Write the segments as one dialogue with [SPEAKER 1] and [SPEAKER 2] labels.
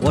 [SPEAKER 1] 我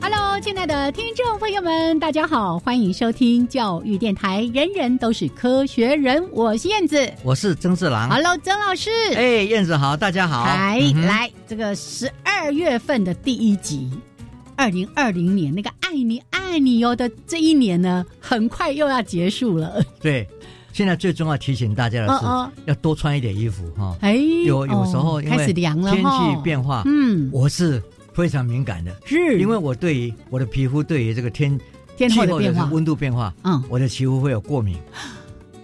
[SPEAKER 2] Hello，亲爱的听众朋友们，大家好，欢迎收听教育电台《人人都是科学人》，我是燕子。
[SPEAKER 1] 我是曾志郎。
[SPEAKER 2] Hello，曾老师。
[SPEAKER 1] 啊哎，燕子好，大家好。
[SPEAKER 2] 来、
[SPEAKER 1] 嗯哼
[SPEAKER 2] 来，这个十二月份的第一集，二零二零年那个“爱你爱你哟”的这一年呢，很快又要结束了。
[SPEAKER 1] 对，现在最重要提醒大家的呃是，
[SPEAKER 2] 哦哦
[SPEAKER 1] 要多穿一点衣服哈。
[SPEAKER 2] 哎，
[SPEAKER 1] 有有时候
[SPEAKER 2] 哦
[SPEAKER 1] 因
[SPEAKER 2] 开
[SPEAKER 1] 为
[SPEAKER 2] 始凉了
[SPEAKER 1] 天
[SPEAKER 2] 哈
[SPEAKER 1] 气，变化，
[SPEAKER 2] 嗯，
[SPEAKER 1] 我是非常敏感的，
[SPEAKER 2] 是
[SPEAKER 1] 因为我对于我的皮肤对于这个天
[SPEAKER 2] 天
[SPEAKER 1] 气
[SPEAKER 2] 候
[SPEAKER 1] 候
[SPEAKER 2] 的变
[SPEAKER 1] 这
[SPEAKER 2] 化哦
[SPEAKER 1] 个，温度变化，
[SPEAKER 2] 嗯，
[SPEAKER 1] 我的皮肤会有过敏，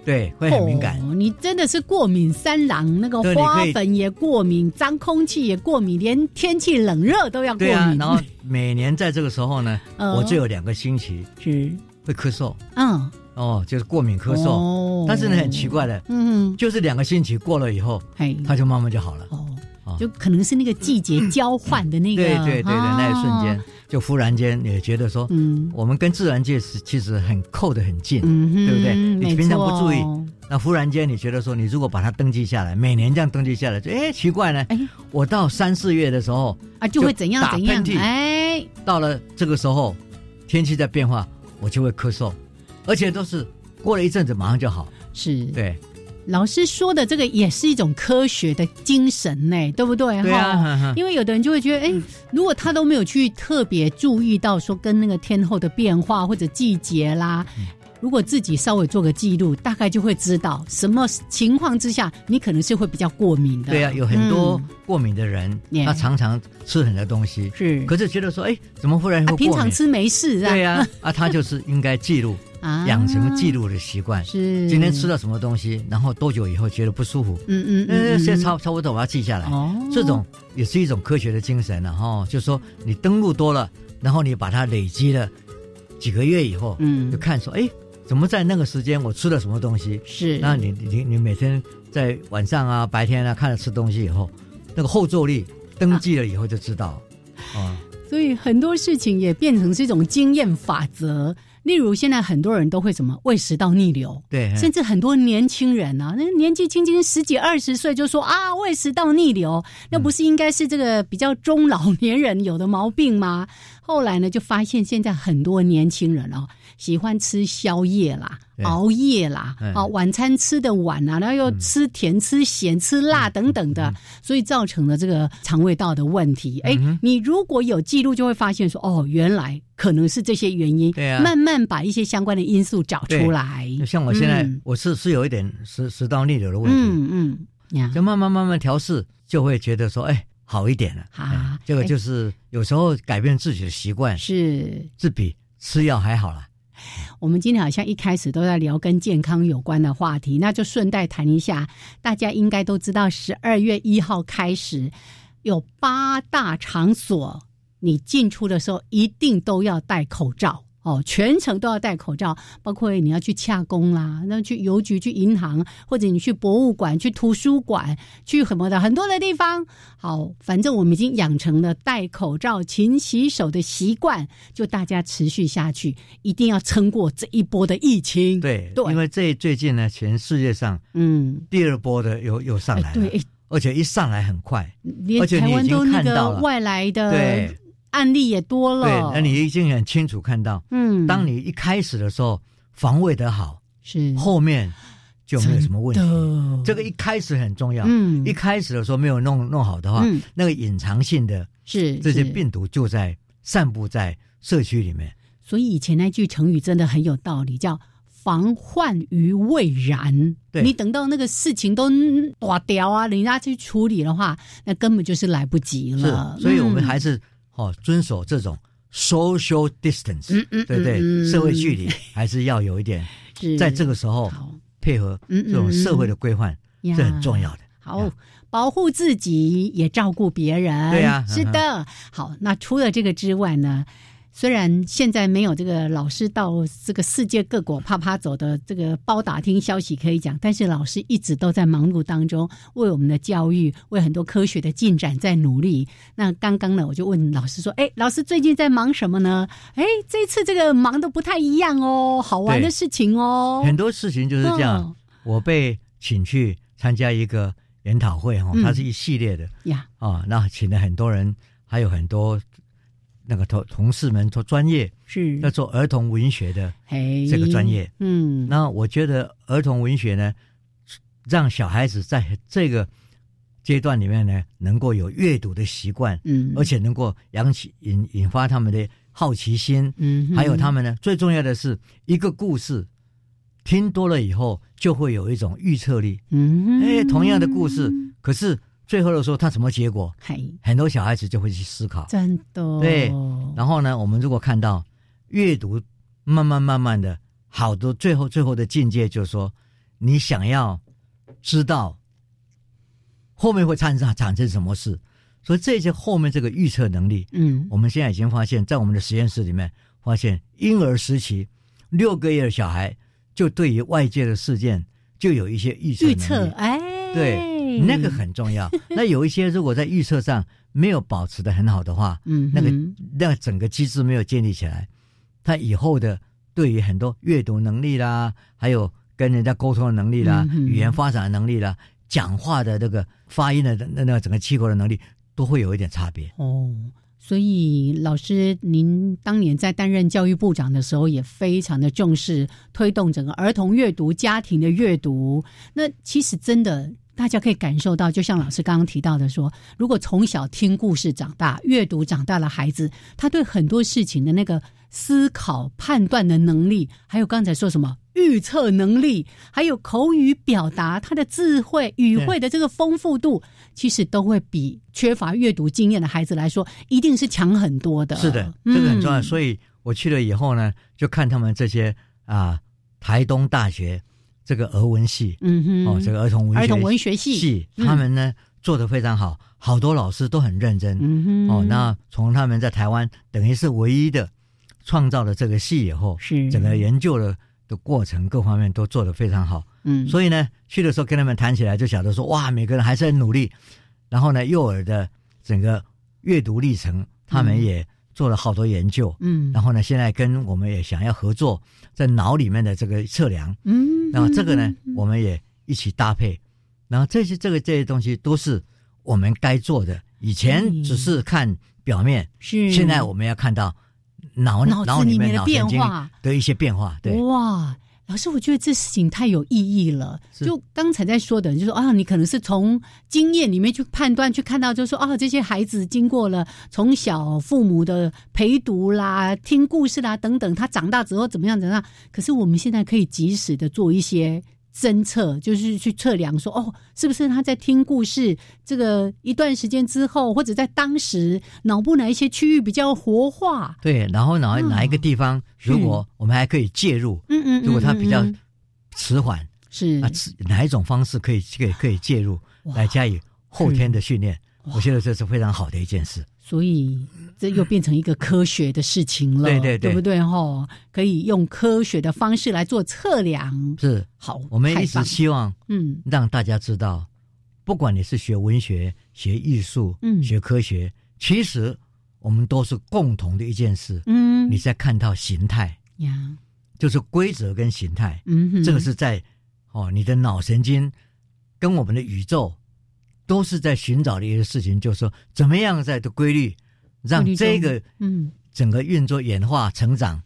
[SPEAKER 1] 对，会很敏感。
[SPEAKER 2] 哦。你真的是过敏三郎，那个
[SPEAKER 1] 对你
[SPEAKER 2] 花
[SPEAKER 1] 可以
[SPEAKER 2] 粉也过敏，脏空气也过敏，连天气冷热都要过
[SPEAKER 1] 对
[SPEAKER 2] 敏。
[SPEAKER 1] 啊，然后每年在这个时候呢，
[SPEAKER 2] 嗯
[SPEAKER 1] 我就有两个星期
[SPEAKER 2] 是
[SPEAKER 1] 会咳嗽，
[SPEAKER 2] 嗯，
[SPEAKER 1] 哦，就是过敏咳嗽。
[SPEAKER 2] 哦
[SPEAKER 1] 但是呢，很奇，怪的，
[SPEAKER 2] 嗯，
[SPEAKER 1] 就是两个星期过了以后，
[SPEAKER 2] 哎，
[SPEAKER 1] 它就慢慢就好了。
[SPEAKER 2] 哦
[SPEAKER 1] 哦，
[SPEAKER 2] 就可能是那个季节交换的那个，
[SPEAKER 1] 对对对的，
[SPEAKER 2] 啊
[SPEAKER 1] 那一瞬间，就忽然间也觉得说，
[SPEAKER 2] 嗯
[SPEAKER 1] 我们跟自然界是其实很扣得很近。
[SPEAKER 2] 嗯哼，
[SPEAKER 1] 对不对你
[SPEAKER 2] 没
[SPEAKER 1] 平常不注意
[SPEAKER 2] 错
[SPEAKER 1] 那忽然间你觉得说，你如果把它登记下来，每年这样登记下来，就哎奇怪呢，
[SPEAKER 2] 哎
[SPEAKER 1] 我到三四月的时候，
[SPEAKER 2] 啊，就会怎样
[SPEAKER 1] 打
[SPEAKER 2] 怎样
[SPEAKER 1] 喷，嚏
[SPEAKER 2] 哎，
[SPEAKER 1] 到了这个时候，天气在变化，我就会咳嗽，而且都是过了一阵子马上就好。
[SPEAKER 2] 是
[SPEAKER 1] 对
[SPEAKER 2] 老师说的这个也是一种科学的精神呢，对不对？
[SPEAKER 1] 对啊，
[SPEAKER 2] 哈
[SPEAKER 1] 哈哈
[SPEAKER 2] 因为有的人就会觉得，
[SPEAKER 1] 嗯
[SPEAKER 2] 哎，如果他都没有去特别注意到说跟那个天候的变化或者季节啦，
[SPEAKER 1] 嗯
[SPEAKER 2] 如果自己稍微做个记录，大概就会知道什么情况之下你可能是会比较过敏的。
[SPEAKER 1] 对啊，有很多
[SPEAKER 2] 嗯
[SPEAKER 1] 过敏的人，
[SPEAKER 2] Yeah
[SPEAKER 1] 他常常吃很多东西，
[SPEAKER 2] 是
[SPEAKER 1] 可是觉得说，哎，怎么忽然
[SPEAKER 2] 啊，
[SPEAKER 1] 会
[SPEAKER 2] 平
[SPEAKER 1] 过
[SPEAKER 2] 常
[SPEAKER 1] 敏？
[SPEAKER 2] 吃没事啊，
[SPEAKER 1] 对呀、啊，啊，他就是应该记录，
[SPEAKER 2] 啊，
[SPEAKER 1] 养成记录的习惯。
[SPEAKER 2] 是
[SPEAKER 1] 今天吃，了什么东西，然后多久以后觉得不舒服？
[SPEAKER 2] 嗯嗯嗯，
[SPEAKER 1] 呃，
[SPEAKER 2] 嗯
[SPEAKER 1] 现在差差不多我要记下来。
[SPEAKER 2] 哦，
[SPEAKER 1] 这种也是一种科学的精神了、哈、就说你登录多了，然后你把它累积了几个月以后，就
[SPEAKER 2] 嗯
[SPEAKER 1] 看说，哎，怎么在那个时间我吃了什么东西？
[SPEAKER 2] 是，
[SPEAKER 1] 那你你你每天在晚上啊、白天啊看了吃东西以后，那个后坐力登记了以后就知道，啊，
[SPEAKER 2] 所以很多事情也变成是一种经验法则。例如，现在很多人都会什么胃食道逆流，
[SPEAKER 1] 对，
[SPEAKER 2] 甚至很多年轻人啊，那年纪轻轻十几二十岁就说啊胃食道逆流，
[SPEAKER 1] 嗯
[SPEAKER 2] 那不是应该是这个比较中老年人有的毛病吗？后来呢，就发现现在很多年轻人哦，喜欢吃宵夜啦、
[SPEAKER 1] 对
[SPEAKER 2] 熬夜啦
[SPEAKER 1] 嗯，
[SPEAKER 2] 啊晚餐吃的晚啊，然后又吃甜、吃咸、吃
[SPEAKER 1] 嗯
[SPEAKER 2] 辣等等的，所以造成了这个肠胃道的问题。
[SPEAKER 1] 嗯
[SPEAKER 2] 哎、你如果有记录，就会发现说哦，原来可能是这些原因，
[SPEAKER 1] 对啊
[SPEAKER 2] 慢慢把一些相关的因素找
[SPEAKER 1] 对
[SPEAKER 2] 出来。
[SPEAKER 1] 像我现在、
[SPEAKER 2] 嗯
[SPEAKER 1] 我是是有一点食食道逆流的问题，
[SPEAKER 2] 嗯嗯呀
[SPEAKER 1] 就慢慢慢慢调试，就会觉得说，哎，好一点了。
[SPEAKER 2] 啊
[SPEAKER 1] 哎这个
[SPEAKER 2] 哎
[SPEAKER 1] 就是有时候改变自己的习惯，
[SPEAKER 2] 是
[SPEAKER 1] 是比吃药还好啦。
[SPEAKER 2] 我们今天好像一开始都在聊跟健康有关的话题，那就顺带谈一下，大家应该都知道，十二月一号开始有八大场所，你进出的时候一定都要戴口罩。哦，全程都要戴口罩，包括你要去洽公啦，那去邮局、去银行，或者你去博物馆、去图书馆、去什么的很多的地方。好，反正我们已经养成了戴口罩、勤洗手的习惯，就大家持续下去，一定要撑过这一波的疫情。，
[SPEAKER 1] 对，
[SPEAKER 2] 嗯对
[SPEAKER 1] 因为这最近呢，全世界上
[SPEAKER 2] 嗯，
[SPEAKER 1] 第二波的又又上
[SPEAKER 2] 哎
[SPEAKER 1] 来了，
[SPEAKER 2] 对，哎
[SPEAKER 1] 而且一上来很快。
[SPEAKER 2] 连
[SPEAKER 1] 而且
[SPEAKER 2] 台
[SPEAKER 1] 你
[SPEAKER 2] 湾
[SPEAKER 1] 已经
[SPEAKER 2] 都那
[SPEAKER 1] 看到
[SPEAKER 2] 个
[SPEAKER 1] 了
[SPEAKER 2] 外来的
[SPEAKER 1] 对
[SPEAKER 2] 案例也多了。
[SPEAKER 1] 对，那你已经很清楚看到，
[SPEAKER 2] 哦嗯，
[SPEAKER 1] 当你一开始的时候防卫得好，
[SPEAKER 2] 是
[SPEAKER 1] 后面就没有什么问
[SPEAKER 2] 嗯真的
[SPEAKER 1] 题。这个一开始很重要，
[SPEAKER 2] 嗯
[SPEAKER 1] 一开始的时候没有弄弄好的话，
[SPEAKER 2] 嗯
[SPEAKER 1] 那个隐藏性的
[SPEAKER 2] 是
[SPEAKER 1] 这些
[SPEAKER 2] 是
[SPEAKER 1] 病毒就在散布在社区里面，
[SPEAKER 2] 所以以前那句成语真的很有道理，叫“防患于未然”。
[SPEAKER 1] 对
[SPEAKER 2] 你等到那个事情都垮掉啊，人家去处理的话，那根本就是来不及了。
[SPEAKER 1] 是，所以我们还
[SPEAKER 2] 嗯
[SPEAKER 1] 是哦遵守这种 social distance，、
[SPEAKER 2] 嗯嗯
[SPEAKER 1] 对不对？
[SPEAKER 2] 嗯嗯
[SPEAKER 1] 社会距离还是要有一点，
[SPEAKER 2] 是
[SPEAKER 1] 在这个时候
[SPEAKER 2] 好
[SPEAKER 1] 配合
[SPEAKER 2] 嗯嗯
[SPEAKER 1] 这种社会的规范，
[SPEAKER 2] 呀
[SPEAKER 1] 这很重要的。
[SPEAKER 2] 好
[SPEAKER 1] 呀，
[SPEAKER 2] 保护自己也照顾别人。
[SPEAKER 1] 对呀 嗯
[SPEAKER 2] 是的。好，那除了这个之外呢？虽然现在没有这个老师到这个世界各国啪啪走的这个包打听消息可以讲，但是老师一直都在忙碌当中，为我们的教育，为很多科学的进展在努力。那刚刚呢，我就问老师说：“哎，老师最近在忙什么呢？”哎，这次这个忙的不太一样哦，好玩的
[SPEAKER 1] 对
[SPEAKER 2] 事情哦，
[SPEAKER 1] 很多事情就是这样。
[SPEAKER 2] 嗯
[SPEAKER 1] 我被请去参加一个研讨会哦
[SPEAKER 2] 嗯，
[SPEAKER 1] 它是一系列的
[SPEAKER 2] 呀，
[SPEAKER 1] 啊、那请了很多人，还有很多那个同同事们做专业
[SPEAKER 2] 是
[SPEAKER 1] 要做儿童文学的。
[SPEAKER 2] 嘿
[SPEAKER 1] 这个专业，
[SPEAKER 2] 嗯，
[SPEAKER 1] 那我觉得儿童文学呢，让小孩子在这个阶段里面呢，能够有阅读的习惯，
[SPEAKER 2] 嗯，
[SPEAKER 1] 而且能够扬起引引发他们的好奇心，
[SPEAKER 2] 嗯哼，
[SPEAKER 1] 还有他们呢，最重要的是一个故事听多了以后，就会有一种预测力。
[SPEAKER 2] 嗯，
[SPEAKER 1] 哎，同样的故事，，可是最后的时候，它什么结果？
[SPEAKER 2] 嘿，
[SPEAKER 1] 很多小孩子就会去思考。
[SPEAKER 2] 真的，
[SPEAKER 1] 对然后呢，我们如果看到阅读慢慢慢慢的好的，最后最后的境界就是说，你想要知道后面会产生产生什么事，所以这些后面这个预测能力，
[SPEAKER 2] 嗯，
[SPEAKER 1] 我们现在已经发现，在我们的实验室里面发现，婴儿时期六个月的小孩就对于外界的事件就有一些预测能
[SPEAKER 2] 预
[SPEAKER 1] 力
[SPEAKER 2] 测，哎，
[SPEAKER 1] 对那个，很重要。那有一些如果在预测上没有保持的很好的话，
[SPEAKER 2] 嗯哼，
[SPEAKER 1] 那个那整个机制没有建立起来，他以后的对于很多阅读能力啦，还有跟人家沟通的能力啦
[SPEAKER 2] 嗯，哼
[SPEAKER 1] 语言发展的能力啦，讲话的那个发音的那那整个气口的能力，都会有一点差别。
[SPEAKER 2] 哦。所以，老师，您当年在担任教育部长的时候，也非常的重视推动整个儿童阅读、家庭的阅读。那其实真的，大家可以感受到，就像老师刚刚提到的说，如果从小听故事长大、阅读长大的孩子，他对很多事情的那个思考、判断的能力，还有刚才说什么预测能力，还有口语表达，他的智慧、语汇的这个丰富度，其实都会比缺乏阅读经验的孩子来说，一定是啊嗯强很多的。
[SPEAKER 1] 是的，这个很重要。
[SPEAKER 2] 以，
[SPEAKER 1] 所以我去了以后呢，就看他们这些啊、台东大学这个儿文系
[SPEAKER 2] 嗯哼，
[SPEAKER 1] 哦，这个儿童文学
[SPEAKER 2] 儿童文学系，
[SPEAKER 1] 系，
[SPEAKER 2] 嗯
[SPEAKER 1] 他们呢做的非常好，好多老师都很认真。
[SPEAKER 2] 嗯哼，
[SPEAKER 1] 哦，那从他们在台湾等于是唯一的创造了这个系以后，
[SPEAKER 2] 是
[SPEAKER 1] 整个研究的的过程各方面都做得非常好。
[SPEAKER 2] 嗯，
[SPEAKER 1] 所以呢，去的时候跟他们谈起来，就晓得说哇，每个人还是很努力。然后呢，幼儿的整个阅读历程，他们
[SPEAKER 2] 嗯
[SPEAKER 1] 也做了好多研究。
[SPEAKER 2] 嗯，
[SPEAKER 1] 然后呢，现在跟我们也想要合作，在脑里面的这个测量，
[SPEAKER 2] 嗯，
[SPEAKER 1] 那这个呢
[SPEAKER 2] 嗯，
[SPEAKER 1] 我们也一起搭配。然后这些这个这些东西都是我们该做的。以前
[SPEAKER 2] 嗯
[SPEAKER 1] 只是看表面，
[SPEAKER 2] 是
[SPEAKER 1] 现在我们要看到脑
[SPEAKER 2] 脑
[SPEAKER 1] 脑
[SPEAKER 2] 子
[SPEAKER 1] 里
[SPEAKER 2] 里
[SPEAKER 1] 面
[SPEAKER 2] 面的
[SPEAKER 1] 脑神
[SPEAKER 2] 变
[SPEAKER 1] 经
[SPEAKER 2] 化，哦
[SPEAKER 1] 的一些变化。对，
[SPEAKER 2] 哇。老师，我觉得这事情太有意义了。
[SPEAKER 1] 是
[SPEAKER 2] 就刚才在说的，就是啊，你可能是从经验里面去判断，去看到，就是说啊，这些孩子经过了从小父母的陪读啦、听故事啦等等，他长大之后怎么样怎么样。可是我们现在可以及时的做一些侦测，就是去测量说，哦，是不是他在听故事这个一段时间之后，或者在当时脑部哪一些区域比较活化？
[SPEAKER 1] 对。然后哪
[SPEAKER 2] 嗯
[SPEAKER 1] 哪一个地方，
[SPEAKER 2] 是
[SPEAKER 1] 如果我们还可以介入，
[SPEAKER 2] 嗯嗯，嗯
[SPEAKER 1] 如果他比较
[SPEAKER 2] 嗯嗯
[SPEAKER 1] 迟缓
[SPEAKER 2] 是
[SPEAKER 1] 啊，迟哪一种方式可以可以可以介入
[SPEAKER 2] 哇
[SPEAKER 1] 来加以后天的训练，我觉得这是非常好的一件事。
[SPEAKER 2] 所以这又变成一个科学的事情了，
[SPEAKER 1] 对对对
[SPEAKER 2] 不对？哈，可以用科学的方式来做测量。
[SPEAKER 1] 是
[SPEAKER 2] 好，
[SPEAKER 1] 我们
[SPEAKER 2] 太
[SPEAKER 1] 一直
[SPEAKER 2] 棒
[SPEAKER 1] 希望
[SPEAKER 2] 嗯
[SPEAKER 1] 让大家知道，不管你是学文学、学艺术、
[SPEAKER 2] 嗯
[SPEAKER 1] 学科学，其实我们都是共同的一件事。
[SPEAKER 2] 嗯
[SPEAKER 1] 你在看到形态，
[SPEAKER 2] 呀
[SPEAKER 1] 就是规则跟形态，
[SPEAKER 2] 嗯哼，
[SPEAKER 1] 这个是在哦，你的脑神经跟我们的宇宙都是在寻找的一个事情，就是说怎么样在的规律，让
[SPEAKER 2] 规律中
[SPEAKER 1] 这个
[SPEAKER 2] 嗯
[SPEAKER 1] 整个运作、演化、成长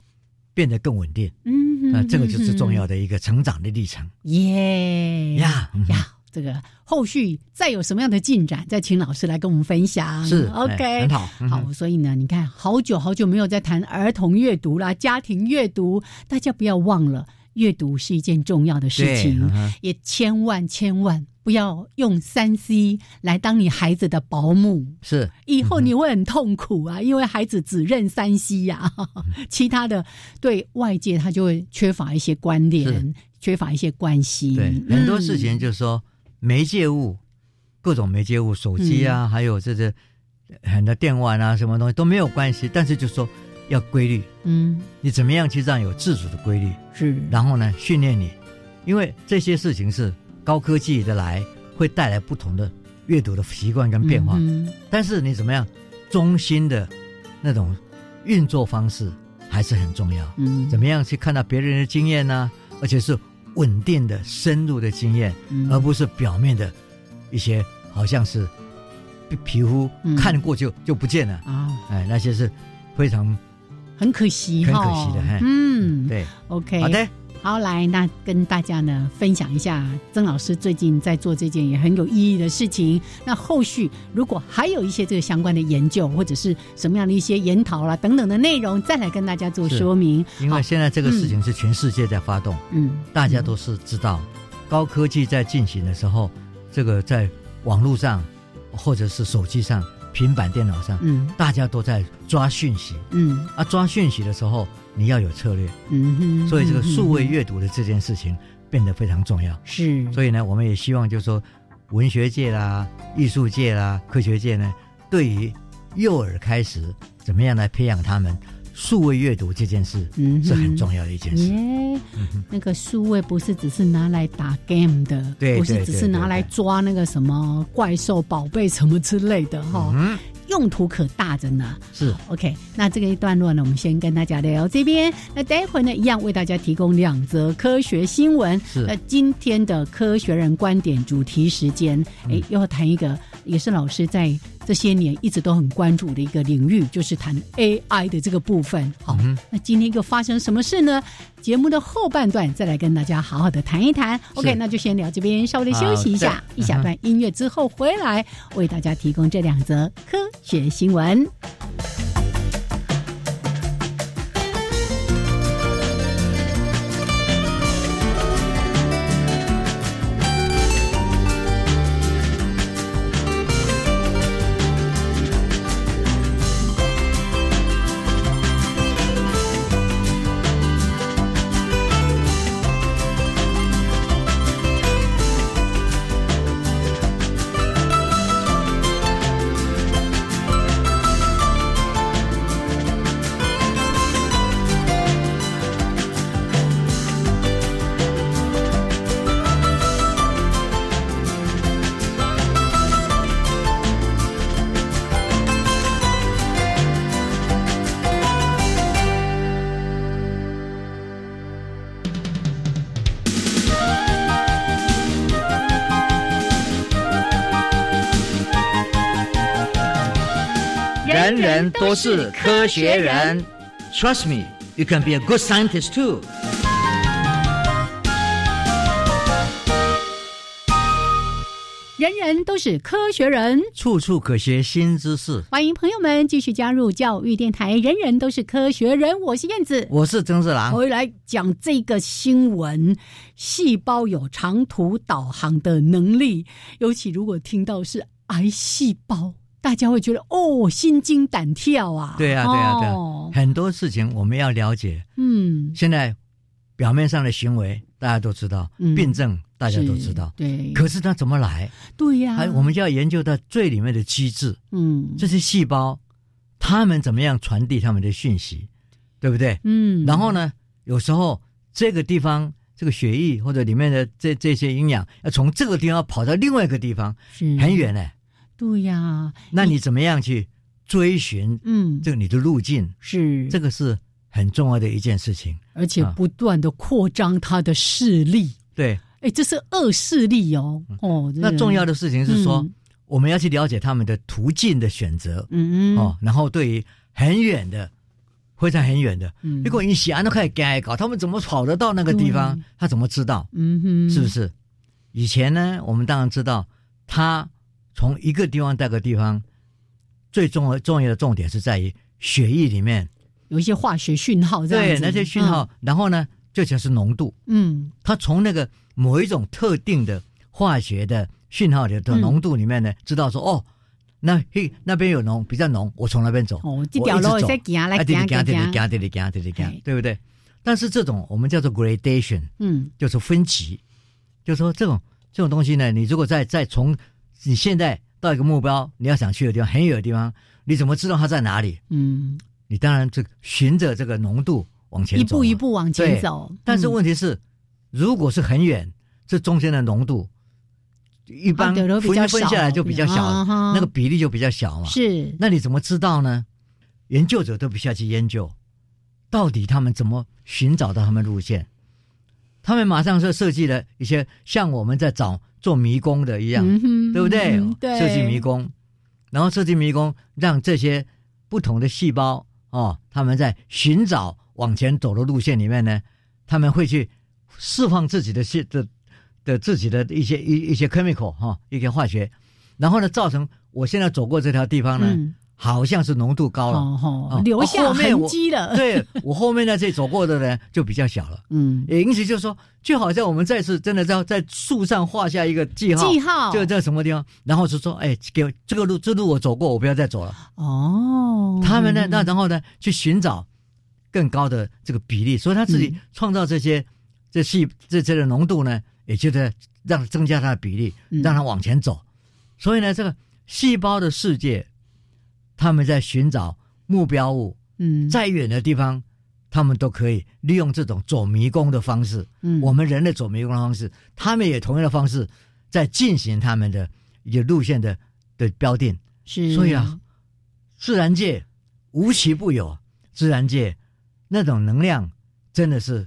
[SPEAKER 1] 变得更稳定。
[SPEAKER 2] 嗯，
[SPEAKER 1] 那这个就是重要
[SPEAKER 2] 的
[SPEAKER 1] 的一个成长的历程
[SPEAKER 2] 耶
[SPEAKER 1] 呀。嗯
[SPEAKER 2] 呀。这个后续再有什么样的进展，再请老师来跟我们分享。
[SPEAKER 1] 是哎
[SPEAKER 2] ，OK，
[SPEAKER 1] 很好，嗯
[SPEAKER 2] 好，所以呢，你看，好久好久没有在谈儿童阅读啦、家庭阅读，大家不要忘了，阅读是一件重要的事
[SPEAKER 1] 对
[SPEAKER 2] 情
[SPEAKER 1] 嗯，哼
[SPEAKER 2] 也千万千万不要用三 C 来当你孩子的保姆。
[SPEAKER 1] 是
[SPEAKER 2] 以后
[SPEAKER 1] 嗯
[SPEAKER 2] 你会很痛苦啊，因为孩子只认三 C 呀、 其他的对外界他就会缺乏一些关
[SPEAKER 1] 是
[SPEAKER 2] 联，缺乏一些关心。
[SPEAKER 1] 对，
[SPEAKER 2] 嗯
[SPEAKER 1] 很多事情就是说媒介物，各种媒介物，手机啊，
[SPEAKER 2] 嗯
[SPEAKER 1] 还有这些很多电玩啊，什么东西都没有关系，但是就说要规律，
[SPEAKER 2] 嗯
[SPEAKER 1] 你怎么样去让有自主的规律，
[SPEAKER 2] 是
[SPEAKER 1] 然后呢训练你，因为这些事情是高科技的来会带来不同的阅读的习惯跟变化，
[SPEAKER 2] 嗯
[SPEAKER 1] 但是你怎么样中心的那种运作方式还是很重要。
[SPEAKER 2] 嗯
[SPEAKER 1] 怎么样去看到别人的经验呢？而且是稳定的、深入的经验，
[SPEAKER 2] 嗯
[SPEAKER 1] 而呃不是表面的一些好像是皮皮肤
[SPEAKER 2] 嗯
[SPEAKER 1] 看过就、就不见了，
[SPEAKER 2] 啊，
[SPEAKER 1] 哎，那些是非常
[SPEAKER 2] 很可惜
[SPEAKER 1] 很
[SPEAKER 2] 哈，
[SPEAKER 1] 可惜的嘿
[SPEAKER 2] 嗯，
[SPEAKER 1] 对。
[SPEAKER 2] ，OK，
[SPEAKER 1] 好的，
[SPEAKER 2] 好，来，那跟大家呢分享一下曾老师最近在做这件也很有意义的事情。那后续如果还有一些这个相关的研究，或者是什么样的一些研讨啦等等的内容，再来跟大家做
[SPEAKER 1] 是
[SPEAKER 2] 说明。
[SPEAKER 1] 因为
[SPEAKER 2] 好
[SPEAKER 1] 现在这个事情是全世界在发动，
[SPEAKER 2] 嗯，
[SPEAKER 1] 大家都是知道，高科技在进行的时候，这个在网络上或者是手机上、平板电脑上，
[SPEAKER 2] 嗯
[SPEAKER 1] 大家都在抓讯息。
[SPEAKER 2] 嗯
[SPEAKER 1] 啊，抓讯息的时候，你要有策略。
[SPEAKER 2] 嗯哼，
[SPEAKER 1] 所以这个数位
[SPEAKER 2] 嗯
[SPEAKER 1] 阅读的这件事情变得非常重要。
[SPEAKER 2] 哼是，
[SPEAKER 1] 所以呢，我们也希望就是说，文学界啦、艺术界啦、科学界呢，对于幼儿开始怎么样来培养他们数位阅读这件事，
[SPEAKER 2] 嗯哼
[SPEAKER 1] 是很重要的一件事。
[SPEAKER 2] 耶，
[SPEAKER 1] 嗯哼
[SPEAKER 2] 哎那个数位不是只是拿来打 game 的，
[SPEAKER 1] 对
[SPEAKER 2] 不是
[SPEAKER 1] 对
[SPEAKER 2] 只
[SPEAKER 1] 对
[SPEAKER 2] 是拿
[SPEAKER 1] 对
[SPEAKER 2] 来
[SPEAKER 1] 对
[SPEAKER 2] 抓那个什么怪兽、宝贝什么之类的哈，
[SPEAKER 1] 嗯，
[SPEAKER 2] 用途可大着呢。
[SPEAKER 1] 是
[SPEAKER 2] OK，那这个一段落呢，我们先跟大家聊这边。那待会呢，一样为大家提供两则科学新闻。
[SPEAKER 1] 是
[SPEAKER 2] 那今天的科学人观点主题时间，
[SPEAKER 1] 嗯
[SPEAKER 2] 哎，又要谈一个也是老师在这些年一直都很关注的一个领域，就是谈 AI 的这个部分。好，
[SPEAKER 1] 嗯
[SPEAKER 2] 那今天又发生什么事呢？节目的后半段再来跟大家好好的谈一谈。OK，那就先聊这边，稍微的休息一下
[SPEAKER 1] 好，对
[SPEAKER 2] 一小段音乐之后回来为大家提供这两则科学新闻。
[SPEAKER 1] 人人都是科学人。Trust me, you can be a good scientist too.
[SPEAKER 2] 人人都是科学人。
[SPEAKER 1] 处处可学新知识。
[SPEAKER 2] 欢迎朋友们继续加入教育电台，人人都是科学人，我是燕子。
[SPEAKER 1] 我是曾志郎，
[SPEAKER 2] 我来讲这个新闻，细胞有长途导航的能力，尤其如果听到是癌细胞，大家会觉得哦，心惊胆跳啊。
[SPEAKER 1] 对啊，对啊，对啊
[SPEAKER 2] 哦，
[SPEAKER 1] 很多事情我们要了解。
[SPEAKER 2] 嗯，
[SPEAKER 1] 现在表面上的行为大家都知道，
[SPEAKER 2] 嗯
[SPEAKER 1] 病症大家都
[SPEAKER 2] 是啊
[SPEAKER 1] 知道，
[SPEAKER 2] 对，
[SPEAKER 1] 可是它怎么来？
[SPEAKER 2] 对呀、
[SPEAKER 1] 还我们就要研究到最里面的机制，
[SPEAKER 2] 嗯
[SPEAKER 1] 这些细胞它们怎么样传递它们的讯息，对不对？
[SPEAKER 2] 嗯，
[SPEAKER 1] 然后呢，有时候这个地方这个血液或者里面的这这些营养要从这个地方跑到另外一个地方，
[SPEAKER 2] 是
[SPEAKER 1] 很，远呢、
[SPEAKER 2] 对呀、
[SPEAKER 1] 那你怎么样去追寻
[SPEAKER 2] 嗯，
[SPEAKER 1] 这个你的路径？
[SPEAKER 2] 是
[SPEAKER 1] 这个是很重要的一件事情。
[SPEAKER 2] 而且
[SPEAKER 1] 啊
[SPEAKER 2] 不断的扩张他的势力。
[SPEAKER 1] 对，
[SPEAKER 2] 哎，这是恶势力哦，哦，这个
[SPEAKER 1] 嗯那重要的事情是说，
[SPEAKER 2] 嗯
[SPEAKER 1] 我们要去了解他们的途径的选择、
[SPEAKER 2] 嗯嗯
[SPEAKER 1] 哦，，然后对于很远的，非常很远的，
[SPEAKER 2] 嗯
[SPEAKER 1] 如果你喜安都开始改搞，他们怎么跑得到那个地方
[SPEAKER 2] 对？
[SPEAKER 1] 他怎么知道？
[SPEAKER 2] 嗯哼，
[SPEAKER 1] 是不？是？以前呢，我们当然知道，它从一个地方到一个地方，最重要重要的重点是在于血液里面
[SPEAKER 2] 有一些化学讯号这样
[SPEAKER 1] 对
[SPEAKER 2] 子，
[SPEAKER 1] 那些讯号，然后呢，这就是浓度。
[SPEAKER 2] 嗯，
[SPEAKER 1] 它从那个某一种特定的化学的讯号里的
[SPEAKER 2] 嗯
[SPEAKER 1] 浓度里面呢，知道说哦，那嘿那边有浓，比较浓，我从那边走，
[SPEAKER 2] 嗯，哦，这条路
[SPEAKER 1] 我一直走
[SPEAKER 2] 在行来
[SPEAKER 1] 啊这
[SPEAKER 2] 行
[SPEAKER 1] 里
[SPEAKER 2] 行
[SPEAKER 1] 这里
[SPEAKER 2] 行，哎
[SPEAKER 1] 行，这里行，这里
[SPEAKER 2] 嘿
[SPEAKER 1] 行，对不对？但是这种我们叫做 gradation，
[SPEAKER 2] 嗯
[SPEAKER 1] 就是分级，就是说这种这种东西呢，你如果再再从你现在到一个目标，你要想去的地方很远的地方，你怎么知道它在哪里？
[SPEAKER 2] 嗯，
[SPEAKER 1] 你当然就循着这个浓度往前
[SPEAKER 2] 一
[SPEAKER 1] 走嘛，
[SPEAKER 2] 步一步往前
[SPEAKER 1] 对
[SPEAKER 2] 走，
[SPEAKER 1] 但是
[SPEAKER 2] 嗯
[SPEAKER 1] 问题是，如果是很远，这中间的浓度一般
[SPEAKER 2] 啊对都比较
[SPEAKER 1] 分分下来
[SPEAKER 2] 少
[SPEAKER 1] 就比较小，
[SPEAKER 2] 啊哈
[SPEAKER 1] 那个比例就比较小嘛。
[SPEAKER 2] 是
[SPEAKER 1] 那你怎么知道呢？研究者都不下去研究，到底他们怎么寻找到他们路线？他们马上就设计了一些像我们在找做迷宫的一样，
[SPEAKER 2] 嗯哼
[SPEAKER 1] 对不对？
[SPEAKER 2] 嗯哼对，
[SPEAKER 1] 设计迷，宫，然后设计迷宫，让这些不同的细胞哦，他们在寻找往前走的路线里面呢，他们会去释放自己的细的的自己的一些一一些 chemical 哈、一些化学，然后呢，造成我现在走过这条地方呢，
[SPEAKER 2] 嗯，
[SPEAKER 1] 好像是浓度高了，
[SPEAKER 2] 哦哦
[SPEAKER 1] 哦，
[SPEAKER 2] 留下
[SPEAKER 1] 后面
[SPEAKER 2] 痕
[SPEAKER 1] 我
[SPEAKER 2] 迹了，，
[SPEAKER 1] 对我后面在这里走过的呢就比较小了。
[SPEAKER 2] 嗯，
[SPEAKER 1] 也因此就是说，就好像我们再次真的在在树上画下一个记号，
[SPEAKER 2] 记号
[SPEAKER 1] 就在什么地方，然后就说，哎，给我这个路，这路我走过，我不要再走了。
[SPEAKER 2] 哦，
[SPEAKER 1] 他们呢，那然后呢，去寻找更高的这个比例，所以他自己
[SPEAKER 2] 嗯
[SPEAKER 1] 创造这些、这细这些的浓度呢，也就在让增加它的比例，
[SPEAKER 2] 嗯
[SPEAKER 1] 让它往前走。所以呢，这个细胞的世界，他们在寻找目标物，
[SPEAKER 2] 嗯，
[SPEAKER 1] 再远的地方，他们都可以利用这种走迷宫的方式。
[SPEAKER 2] 嗯
[SPEAKER 1] 我们人类走迷宫的方式，他们也同样的方式在进行他们的有路线的的标定。
[SPEAKER 2] 是，
[SPEAKER 1] 所以啊，自然界无奇不有，自然界那种能量真的是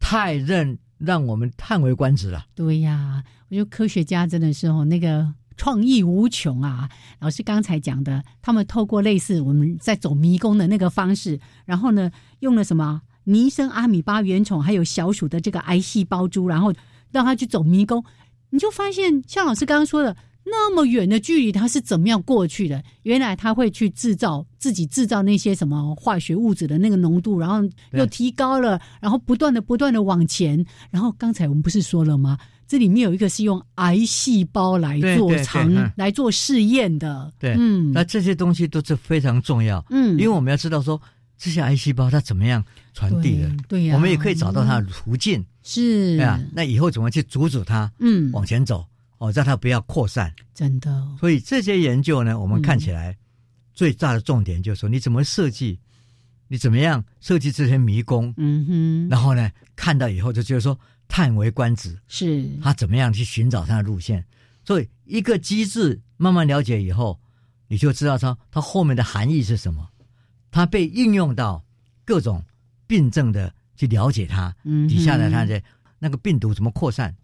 [SPEAKER 1] 太让让我们叹为观止了。
[SPEAKER 2] 对呀，我觉得科学家真的是哦，那个创意无穷啊。老师刚才讲的，他们透过类似我们在走迷宫的那个方式，然后呢，用了什么尼生阿米巴原虫，还有小鼠的这个癌细胞株，然后让它去走迷宫，你就发现像老师刚刚说的。那么远的距离，它是怎么样过去的？原来它会去制造自己制造那些什么化学物质的那个浓度，然后又
[SPEAKER 1] 对
[SPEAKER 2] 提高了，然后不断的不断的往前。然后刚才我们不是说了吗？这里面有一个是用癌细胞来
[SPEAKER 1] 对
[SPEAKER 2] 做
[SPEAKER 1] 对对
[SPEAKER 2] 尝
[SPEAKER 1] 嗯
[SPEAKER 2] 来做试验的。
[SPEAKER 1] 对
[SPEAKER 2] 嗯
[SPEAKER 1] 那这些东西都是非常重要，
[SPEAKER 2] 嗯，
[SPEAKER 1] 因为我们要知道说这些癌细胞它怎么样传递的，
[SPEAKER 2] 对对呀、
[SPEAKER 1] 我们也可以找到它
[SPEAKER 2] 嗯
[SPEAKER 1] 的途径。
[SPEAKER 2] 是
[SPEAKER 1] 对啊，那以后怎么去阻止它
[SPEAKER 2] 嗯，
[SPEAKER 1] 往前走？哦，让它不要扩散。
[SPEAKER 2] 真的
[SPEAKER 1] 所以这些研究呢，我们
[SPEAKER 2] 嗯
[SPEAKER 1] 看起来最大的重点就是说，你怎么设计，你怎么样设计这些迷宫，
[SPEAKER 2] 嗯哼，
[SPEAKER 1] 然后呢，看到以后就觉得说叹为观止，
[SPEAKER 2] 是
[SPEAKER 1] 他怎么样去寻找他的路线。所以一个机制慢慢了解以后，你就知道它它后面的含义是什么，它被应用到各种病症的去了解它，
[SPEAKER 2] 嗯哼
[SPEAKER 1] 底下的它的那个病毒怎么扩散，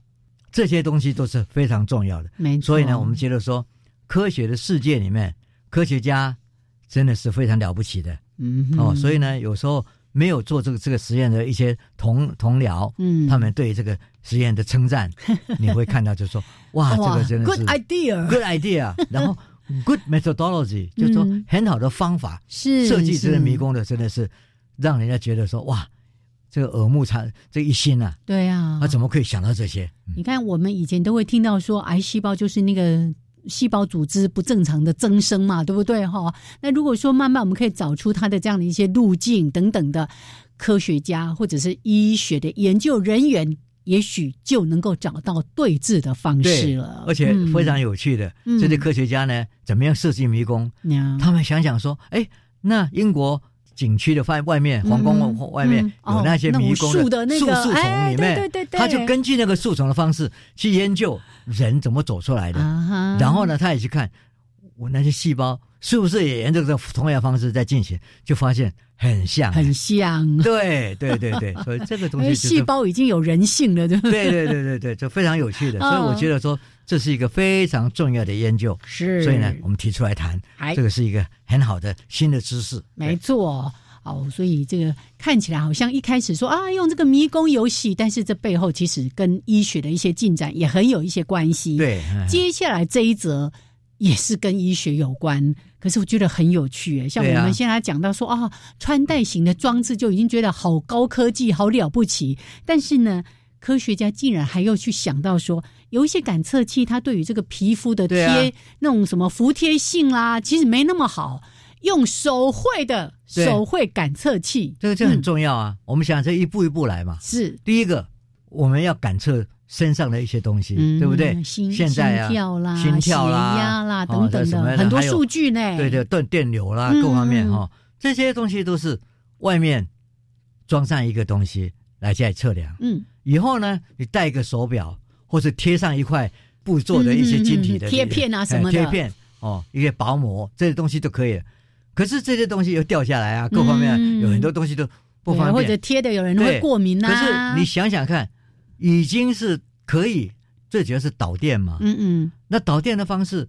[SPEAKER 1] 这些东西都是非常重要的。
[SPEAKER 2] 没错。
[SPEAKER 1] 所以呢，我们觉得说，科学的世界里面，科学家真的是非常了不起的、
[SPEAKER 2] 嗯哼
[SPEAKER 1] 哦。所以呢，有时候没有做这个这个实验的一些同同僚，
[SPEAKER 2] 嗯，
[SPEAKER 1] 他们对这个实验的 称赞，你会看到就说，哇，啊这
[SPEAKER 2] 哇
[SPEAKER 1] 个真的
[SPEAKER 2] good
[SPEAKER 1] 是
[SPEAKER 2] idea
[SPEAKER 1] good idea，然后 good methodology，就是说
[SPEAKER 2] 嗯
[SPEAKER 1] 很好的方法，
[SPEAKER 2] 是
[SPEAKER 1] 设计这个
[SPEAKER 2] 是
[SPEAKER 1] 迷宫的真的是让人家觉得说，哇，这个耳目参这一新啊，
[SPEAKER 2] 对啊，
[SPEAKER 1] 他怎么可以想到这些？嗯
[SPEAKER 2] 你看，我们以前都会听到说，癌细胞就是那个细胞组织不正常的增生嘛，对不对哈？那如果说慢慢我们可以找出它的这样的一些路径等等的，科学家或者是医学的研究人员，也许就能够找到对治的方式
[SPEAKER 1] 对
[SPEAKER 2] 了，，
[SPEAKER 1] 而且非常
[SPEAKER 2] 有、
[SPEAKER 1] 有趣的，
[SPEAKER 2] 嗯
[SPEAKER 1] 这些科学家呢，怎么样设计迷宫？
[SPEAKER 2] 嗯、
[SPEAKER 1] 他们想想说，哎，那英国景区的外外面，皇宫
[SPEAKER 2] 嗯
[SPEAKER 1] 外外面
[SPEAKER 2] 嗯
[SPEAKER 1] 有那些迷宫
[SPEAKER 2] 哦那种树的那个
[SPEAKER 1] 树树丛
[SPEAKER 2] 哎
[SPEAKER 1] 里面，
[SPEAKER 2] 对对对对
[SPEAKER 1] 他就根据那个树丛的方式去研究人怎么走出来的。
[SPEAKER 2] 啊哈，
[SPEAKER 1] 然后呢，他也去看我那些细胞是不是也沿着这个同样的方式在进行，就发现很像。
[SPEAKER 2] 很像，哎
[SPEAKER 1] 对对对对，所以这个
[SPEAKER 2] 因
[SPEAKER 1] 东西
[SPEAKER 2] 为
[SPEAKER 1] 就是
[SPEAKER 2] 细胞已经有人性了， 对不对？
[SPEAKER 1] 对对对对对，这非常有趣
[SPEAKER 2] 嗯
[SPEAKER 1] 的，所以我觉得说这是一个非常重要的研究，
[SPEAKER 2] 是
[SPEAKER 1] 所以呢，我们提出来谈
[SPEAKER 2] 哎，
[SPEAKER 1] 这个是一个很好的新的知识。
[SPEAKER 2] 没错。哦，所以这个看起来好像一开始说啊用这个迷宫游戏，但是这背后其实跟医学的一些进展也很有一些关系。，
[SPEAKER 1] 对，嗯
[SPEAKER 2] 接下来这一则也是跟医学有关，可是我觉得很有趣耶。像我
[SPEAKER 1] 对啊
[SPEAKER 2] 们现在讲到说啊穿戴型的装置就已经觉得好高科技、好了不起，但是呢，科学家竟然还又去想到说，有一些感测器它对于这个皮肤的贴、
[SPEAKER 1] 对啊
[SPEAKER 2] 那种什么服贴性啦，其实没那么好，用手绘的
[SPEAKER 1] 对
[SPEAKER 2] 手绘感测器
[SPEAKER 1] 这个这个很重要
[SPEAKER 2] 嗯
[SPEAKER 1] 啊。我们想这一步一步来嘛。
[SPEAKER 2] 是。
[SPEAKER 1] 第一个，我们要感测身上的一些东西，对不对？
[SPEAKER 2] 嗯心
[SPEAKER 1] 现在啊
[SPEAKER 2] 心跳啦、
[SPEAKER 1] 心跳啦
[SPEAKER 2] 血压啦
[SPEAKER 1] 哦
[SPEAKER 2] 等
[SPEAKER 1] 这
[SPEAKER 2] 等
[SPEAKER 1] 什
[SPEAKER 2] 的
[SPEAKER 1] 么的
[SPEAKER 2] 很多
[SPEAKER 1] 还有
[SPEAKER 2] 数据呢。
[SPEAKER 1] 对对，电电流啦，
[SPEAKER 2] 嗯
[SPEAKER 1] 各方面
[SPEAKER 2] 嗯
[SPEAKER 1] 哈、这些东西都是外面装上一个东西来加以测量。
[SPEAKER 2] 嗯，
[SPEAKER 1] 以后呢，你戴一个手表，或者贴上一块布做的一些晶体
[SPEAKER 2] 嗯
[SPEAKER 1] 的
[SPEAKER 2] 嗯嗯嗯贴片啊
[SPEAKER 1] 哎
[SPEAKER 2] 什么的
[SPEAKER 1] 贴片哦，一些薄膜这些东西都可以了。可是这些东西又掉下来啊，各方面啊、
[SPEAKER 2] 嗯
[SPEAKER 1] 有很多东西都不
[SPEAKER 2] 对
[SPEAKER 1] 方
[SPEAKER 2] 或者
[SPEAKER 1] 便。
[SPEAKER 2] 贴的有人会
[SPEAKER 1] 对
[SPEAKER 2] 过敏呐、啊
[SPEAKER 1] 可是你想想看，已经是可以，最主要是导电嘛。
[SPEAKER 2] 嗯嗯，
[SPEAKER 1] 那导电的方式，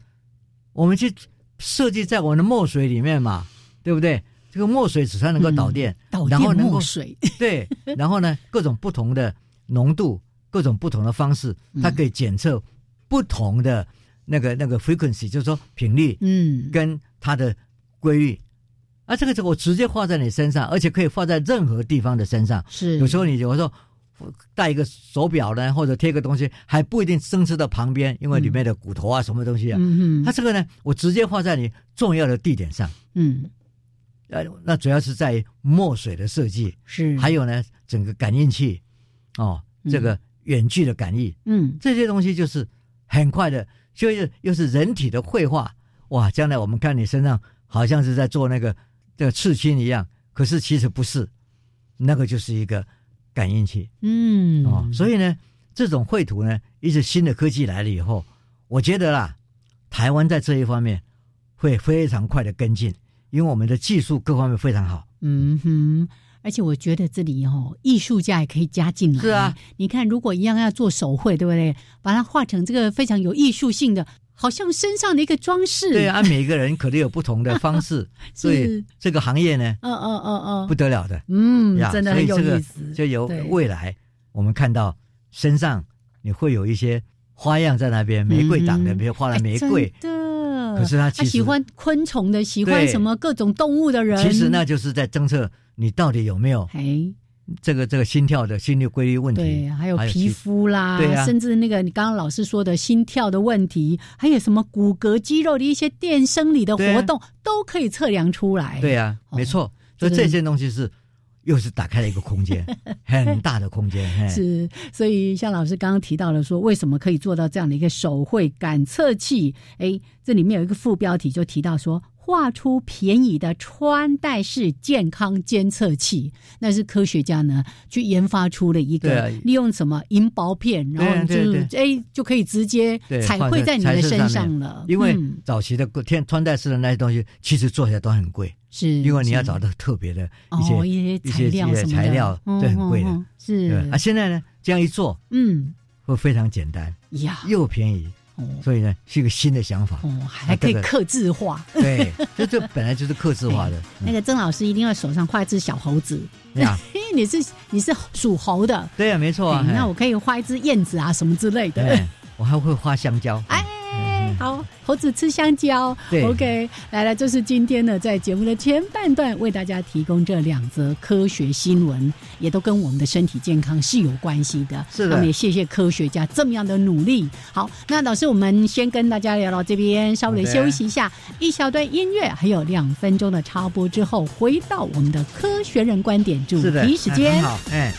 [SPEAKER 1] 我们去设计在我们的墨水里面嘛，对不对？这个墨水只算能够
[SPEAKER 2] 嗯
[SPEAKER 1] 导电，
[SPEAKER 2] 导
[SPEAKER 1] 然后
[SPEAKER 2] 电
[SPEAKER 1] 能
[SPEAKER 2] 墨
[SPEAKER 1] 够
[SPEAKER 2] 水，
[SPEAKER 1] 对，然后呢，各种不同的浓度，各种不同的方式，
[SPEAKER 2] 嗯
[SPEAKER 1] 它可以检测不同的那个那个 frequency，就是说频率
[SPEAKER 2] 嗯，
[SPEAKER 1] 跟它的规律。啊，这个这个我直接画在你身上，而且可以画在任何地方的身上。
[SPEAKER 2] 是
[SPEAKER 1] 有时候你有时候戴一个手表呢，或者贴个东西，还不一定生吃到旁边，因为里面的骨头啊什么东西啊，
[SPEAKER 2] 嗯
[SPEAKER 1] 它
[SPEAKER 2] 嗯
[SPEAKER 1] 这个呢，我直接画在你重要的地点上。
[SPEAKER 2] 嗯
[SPEAKER 1] 呃，那主要是在于墨水的设计，
[SPEAKER 2] 是，
[SPEAKER 1] 还
[SPEAKER 2] 有
[SPEAKER 1] 有呢，整个感应器，哦，
[SPEAKER 2] 嗯
[SPEAKER 1] 这个远距的感应，
[SPEAKER 2] 嗯
[SPEAKER 1] 这些东西就是很快的，就是又是人体的绘画，哇！将来我们看你身上好像是在做那个这个刺青一样，可是其实不是，那个就是一个感应器
[SPEAKER 2] 嗯
[SPEAKER 1] 哦。所
[SPEAKER 2] 以
[SPEAKER 1] 以呢，这种绘图呢，一直新的科技来了以后，我觉得啦，台湾在这一方面会非常快的跟进，因为我们的技术各方面非常好。
[SPEAKER 2] 嗯哼。而且我觉得这里哦，艺术家也可以加进来。
[SPEAKER 1] 是啊，
[SPEAKER 2] 你看，如果一样要做手绘，对不对？把它画成这个非常有艺术性的，好像身上的一个装饰。
[SPEAKER 1] 对，啊，每个人可能有不同的 方式，所以这个行业呢
[SPEAKER 2] 嗯嗯嗯嗯，
[SPEAKER 1] 不得了的，
[SPEAKER 2] 嗯
[SPEAKER 1] 呀，
[SPEAKER 2] 真的
[SPEAKER 1] 所
[SPEAKER 2] 很
[SPEAKER 1] 以
[SPEAKER 2] 有
[SPEAKER 1] 这个
[SPEAKER 2] 意思。
[SPEAKER 1] 就由
[SPEAKER 2] 对
[SPEAKER 1] 未来我们看到身上你会有一些花样在那边，玫瑰党的，
[SPEAKER 2] 嗯
[SPEAKER 1] 比如画了
[SPEAKER 2] 哎
[SPEAKER 1] 玫瑰，
[SPEAKER 2] 真的。
[SPEAKER 1] 可是他
[SPEAKER 2] 他
[SPEAKER 1] 其实
[SPEAKER 2] 喜欢昆虫的，喜欢
[SPEAKER 1] 对
[SPEAKER 2] 什么各种动物的人，
[SPEAKER 1] 其实那就是在侦测你到底有没有
[SPEAKER 2] 哎，
[SPEAKER 1] 这个这个心跳的心率规律问
[SPEAKER 2] 对，
[SPEAKER 1] 题。
[SPEAKER 2] 还有
[SPEAKER 1] 还有
[SPEAKER 2] 皮
[SPEAKER 1] 其
[SPEAKER 2] 肤啦，
[SPEAKER 1] 对啊
[SPEAKER 2] 甚至那个你刚刚老师说的心跳的问题，还有什么骨骼肌肉的一些电生理的
[SPEAKER 1] 对啊
[SPEAKER 2] 活动，都可以测量出来。
[SPEAKER 1] 对啊，
[SPEAKER 2] 哦
[SPEAKER 1] 没错，
[SPEAKER 2] 这
[SPEAKER 1] 所
[SPEAKER 2] 个
[SPEAKER 1] 以这些东西是又是打开了一个 空间，很大的空间。嘿
[SPEAKER 2] 是，所以像老师刚刚提到了说，为什么可以做到这样的一个手绘感测器？诶，这里面有一个副标题就提到说，画出便宜的穿戴式健康监测器，那是科学家呢去研发出了一
[SPEAKER 1] 对
[SPEAKER 2] 个
[SPEAKER 1] 啊
[SPEAKER 2] 利用什么银薄片，
[SPEAKER 1] 对啊
[SPEAKER 2] 然后就
[SPEAKER 1] 对啊
[SPEAKER 2] 诶就可以直接
[SPEAKER 1] 对
[SPEAKER 2] 彩
[SPEAKER 1] 画
[SPEAKER 2] 绘
[SPEAKER 1] 在
[SPEAKER 2] 在你
[SPEAKER 1] 彩
[SPEAKER 2] 的
[SPEAKER 1] 色
[SPEAKER 2] 身
[SPEAKER 1] 上
[SPEAKER 2] 上
[SPEAKER 1] 面
[SPEAKER 2] 了，
[SPEAKER 1] 因为
[SPEAKER 2] 嗯
[SPEAKER 1] 早期的天穿戴式的那些东西，其实做起来都很贵，
[SPEAKER 2] 是
[SPEAKER 1] 嗯因为你要
[SPEAKER 2] 是
[SPEAKER 1] 找到特别的一些
[SPEAKER 2] 哦一些
[SPEAKER 1] 一
[SPEAKER 2] 材
[SPEAKER 1] 些
[SPEAKER 2] 料
[SPEAKER 1] 一些
[SPEAKER 2] 什么的，
[SPEAKER 1] 材料
[SPEAKER 2] 嗯
[SPEAKER 1] 这很
[SPEAKER 2] 嗯
[SPEAKER 1] 贵的
[SPEAKER 2] 嗯
[SPEAKER 1] 对
[SPEAKER 2] 是
[SPEAKER 1] 啊，现在呢，这样一做
[SPEAKER 2] 嗯
[SPEAKER 1] 会非常简单，
[SPEAKER 2] 呀
[SPEAKER 1] 又便宜，
[SPEAKER 2] 哦
[SPEAKER 1] 所以呢是一个新的想法。
[SPEAKER 2] 哦还
[SPEAKER 1] 啊
[SPEAKER 2] 可以
[SPEAKER 1] 这个
[SPEAKER 2] 刻字化。
[SPEAKER 1] 对，这这本来就是克制 化的。
[SPEAKER 2] 那个曾老师一定要手上画一只小猴子，
[SPEAKER 1] 嗯呀，
[SPEAKER 2] 嘿，你是你是属猴的，
[SPEAKER 1] 对啊，没错啊。
[SPEAKER 2] 哎
[SPEAKER 1] 嘿
[SPEAKER 2] 那我可以画一只燕子啊什么之类的。
[SPEAKER 1] 嘿我还会画香蕉。
[SPEAKER 2] 哎好，猴子吃香蕉。
[SPEAKER 1] 嗯对
[SPEAKER 2] OK，来了，就是今天呢，在节目的前半段为大家提供这两则科学新闻，也都跟我们的身体健康是有关系的。
[SPEAKER 1] 是的
[SPEAKER 2] 那么也谢谢科学家这么样的努力。好，那老师，我们先跟大家聊到这边，稍微
[SPEAKER 1] 好的
[SPEAKER 2] 休息一下，一小段音乐，还有两分钟的插播之后，回到我们的科学人观点主
[SPEAKER 1] 是的，
[SPEAKER 2] 题时
[SPEAKER 1] 哎很
[SPEAKER 2] 间。
[SPEAKER 1] 好。哎，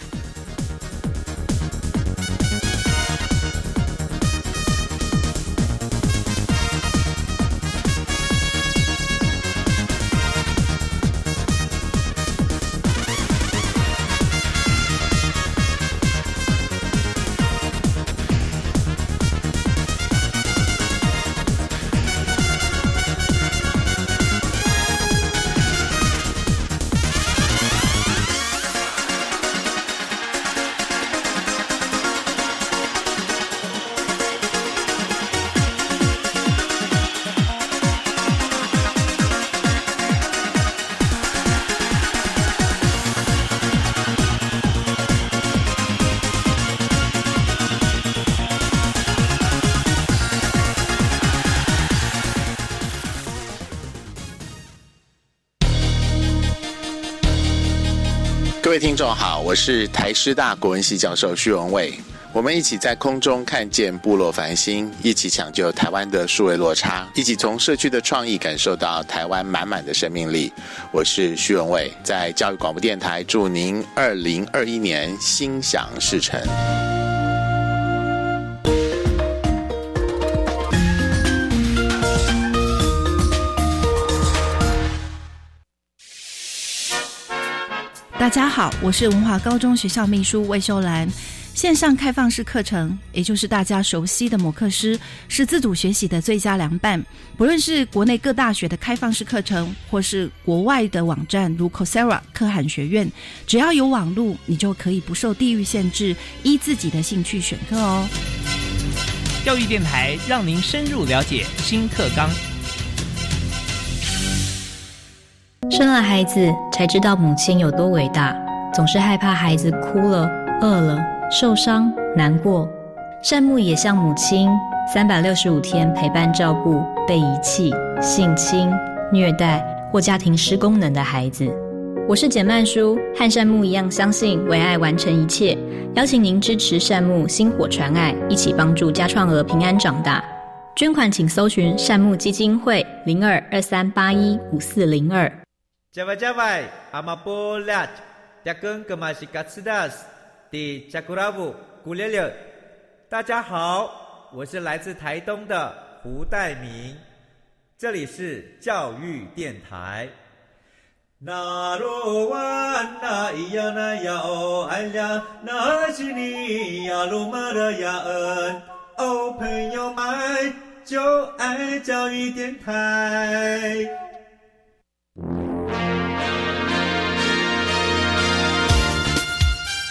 [SPEAKER 3] 各位听众好，我是台师大国文系教授徐文伟，我们一起在空中看见部落繁星，一起抢救台湾的数位落差，一起从社区的创意感受到台湾满满的生命力。我是徐文伟，在教育广播电台，祝您二零二一年心想事成。
[SPEAKER 4] 大家好，我是文华高中学校秘书魏秀兰。线上开放式课程，也就是大家熟悉的摩课师，是自主学习的最佳良伴。不论是国内各大学的开放式课程，或是国外的网站如 Coursera 可汗学院，只要有网路，你就可以不受地域限制，依自己的兴趣选课哦。
[SPEAKER 5] 教育电台让您深入了解新课纲。
[SPEAKER 6] 生了孩子才知道母亲有多伟大，总是害怕孩子哭了、饿了、受伤、难过。善牧也像母亲，三百六十五天陪伴照顾被遗弃、性侵、虐待或家庭失功能的孩子。我是简曼书，和善牧一样相信为爱完成一切，邀请您支持善牧星火传爱，一起帮助家创儿平安长大。捐款请搜寻善牧基金会零二二三八一五四零二。
[SPEAKER 7] Java Java Amapolat Dakun Kamashikatsidas Di Jakuravu Gulele。大家好，我是来自台东的胡代明，这里是教育电台。那罗哇那咿呀那呀哦哎呀，那是你呀鲁玛的呀恩哦，朋友们就爱教育电台。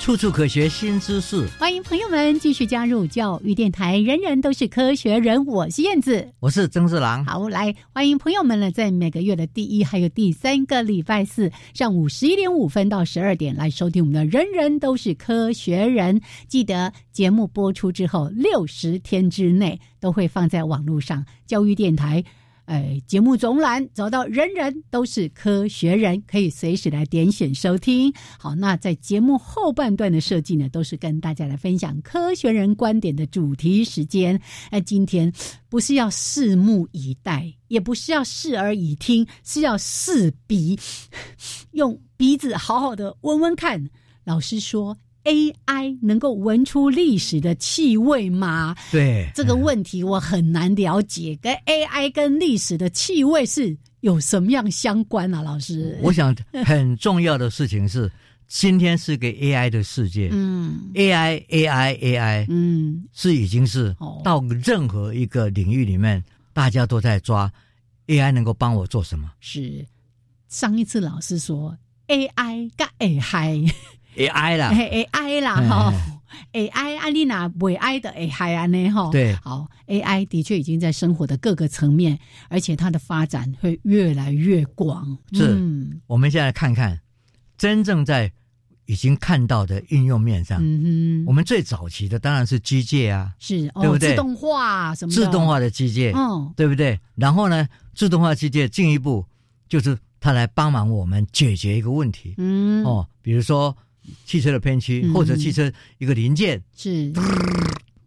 [SPEAKER 1] 处处可学新知识。
[SPEAKER 2] 欢迎朋友们继续加入教育电台，人人都是科学人，我是燕子。
[SPEAKER 1] 我是曾志郎。
[SPEAKER 2] 好，来欢迎朋友们呢，在每个月的第一还有第三个礼拜四上午十一点五分到十二点来收听我们的《人人都是科学人》。记得节目播出之后六十天之内都会放在网络上，教育电台。呃，节目总览找到“人人都是科学人”，可以随时来点选收听。好，那在节目后半段的设计呢，都是跟大家来分享科学人观点的主题时间。那今天不是要拭目以待，也不是要视而以听，是要试鼻， 用鼻子好好的闻闻看。老师说，AI 能够闻出历史的气味吗？
[SPEAKER 1] 对，
[SPEAKER 2] 这个问题我很难了解，跟 AI 跟历史的气味是有什么样相关啊？老师，
[SPEAKER 1] 我想很重要的事情是，今天是个 AI 的世界。
[SPEAKER 2] 嗯
[SPEAKER 1] AI AI AI，、
[SPEAKER 2] 嗯
[SPEAKER 1] 是已经是
[SPEAKER 2] 哦
[SPEAKER 1] 到任何一个领域里面，大家都在抓 AI 能够帮我做什么
[SPEAKER 2] 是上一次老师说 AI 跟 AI
[SPEAKER 1] AI 啦。
[SPEAKER 2] AI 啦
[SPEAKER 1] 啊哎
[SPEAKER 2] 哈。AI 啊，你娜未 i 的 AI 安呢哈，
[SPEAKER 1] 对
[SPEAKER 2] 好 AI 的确已经在生活的各个层面，而且它的发展会越来越广。
[SPEAKER 1] 是
[SPEAKER 2] 嗯
[SPEAKER 1] 我们现在看看，真正在已经看到的应用面上，
[SPEAKER 2] 嗯
[SPEAKER 1] 我
[SPEAKER 2] 哼，
[SPEAKER 1] 们最早期的当然是机械啊，
[SPEAKER 2] 是
[SPEAKER 1] 对
[SPEAKER 2] 哦，
[SPEAKER 1] 不对
[SPEAKER 2] 自动化什么的
[SPEAKER 1] 自动，化的机械，
[SPEAKER 2] 嗯，
[SPEAKER 1] 对不对？然后呢，自动化机械进一步就是它来帮忙我们解决一个问题、
[SPEAKER 2] 嗯，
[SPEAKER 1] 哦，比如说汽车的偏区、
[SPEAKER 2] 嗯
[SPEAKER 1] 或者汽车一个零件，
[SPEAKER 2] 是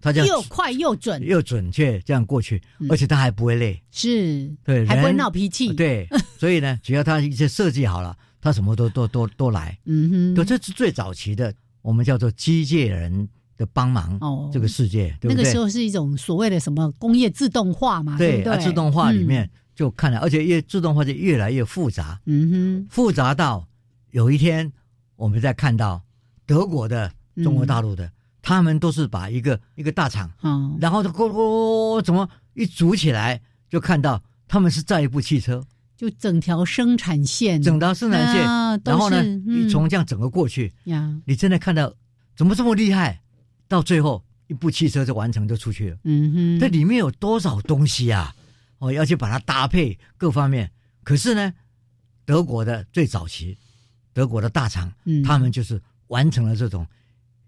[SPEAKER 1] 它这样
[SPEAKER 2] 又快又准，
[SPEAKER 1] 又准确这样过去，
[SPEAKER 2] 嗯
[SPEAKER 1] 而且它还不会累，
[SPEAKER 2] 是，
[SPEAKER 1] 对
[SPEAKER 2] 还不会
[SPEAKER 1] 人
[SPEAKER 2] 闹脾气，，
[SPEAKER 1] 对，所以呢，只要它一些设计好了，它什么都都都都来，
[SPEAKER 2] 嗯
[SPEAKER 1] 对，
[SPEAKER 2] 哼，
[SPEAKER 1] 这是最早期的，我们叫做机械人的帮忙，
[SPEAKER 2] 哦
[SPEAKER 1] 这个世界，
[SPEAKER 2] 那
[SPEAKER 1] 对不
[SPEAKER 2] 个
[SPEAKER 1] 对
[SPEAKER 2] 时？候是一种所谓的什么工业自动化嘛，
[SPEAKER 1] 对，
[SPEAKER 2] 不对？嗯
[SPEAKER 1] 啊自动化里面就看了，而且越自动化就越来越复杂，
[SPEAKER 2] 嗯，嗯
[SPEAKER 1] 复杂到有一天我们再看到德国的、中国大陆
[SPEAKER 2] 嗯
[SPEAKER 1] 的，他们都是把一个一个大厂，
[SPEAKER 2] 哼，好，
[SPEAKER 1] 然后就咕咕咕咕怎么一组起来，就看到他们是造一部汽车，
[SPEAKER 2] 就整条生产线，
[SPEAKER 1] 整条生产线，
[SPEAKER 2] 嗯啊都
[SPEAKER 1] 然后呢
[SPEAKER 2] 是嗯
[SPEAKER 1] 一从这样整个过去，
[SPEAKER 2] 呀，
[SPEAKER 1] 你真的看到怎么这么厉害？到最后一部汽车就完成就出去了，
[SPEAKER 2] 嗯哼，
[SPEAKER 1] 这里面有多少东西啊？哦，要去把它搭配各方面。可是呢，德国的最早期，德国的大厂，
[SPEAKER 2] 嗯
[SPEAKER 1] 他们就是完成了这种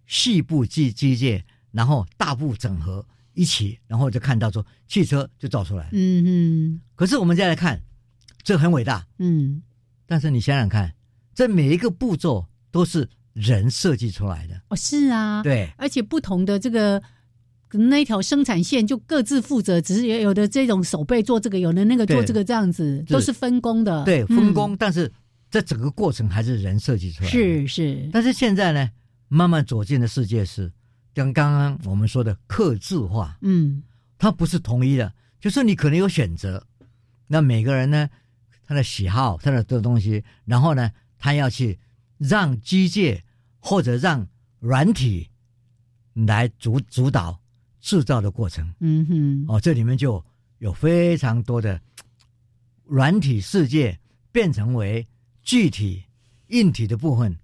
[SPEAKER 1] 细部机机械，然后大部整合一起，然后就看到说汽车就造出来了。
[SPEAKER 2] 嗯
[SPEAKER 1] 可是我们再来看，这很伟大，
[SPEAKER 2] 嗯嗯，
[SPEAKER 1] 但是你想想看，这每一个步骤都是人设计出来的，
[SPEAKER 2] 哦是啊，
[SPEAKER 1] 对
[SPEAKER 2] 而且不同的这个那条生产线就各自负责，只是有有的这种手背做这个，有的那个做
[SPEAKER 1] 对
[SPEAKER 2] 这个，这样子都是分工的。
[SPEAKER 1] 对，
[SPEAKER 2] 嗯
[SPEAKER 1] 分工，但是这整个过程还是人设计出来的。
[SPEAKER 2] 是是，
[SPEAKER 1] 但是现在呢，慢慢走进的世界是跟刚刚我们说的克制化，
[SPEAKER 2] 嗯
[SPEAKER 1] 它不是统一的，就是你可能有选择，那每个人呢，他的喜好，他的这东西，然后呢，他要去让机械或者让软体来主主导制造的过程。
[SPEAKER 2] 嗯哼，
[SPEAKER 1] 哦，这里面就有非常多的软体世界变成为具体硬体的部分，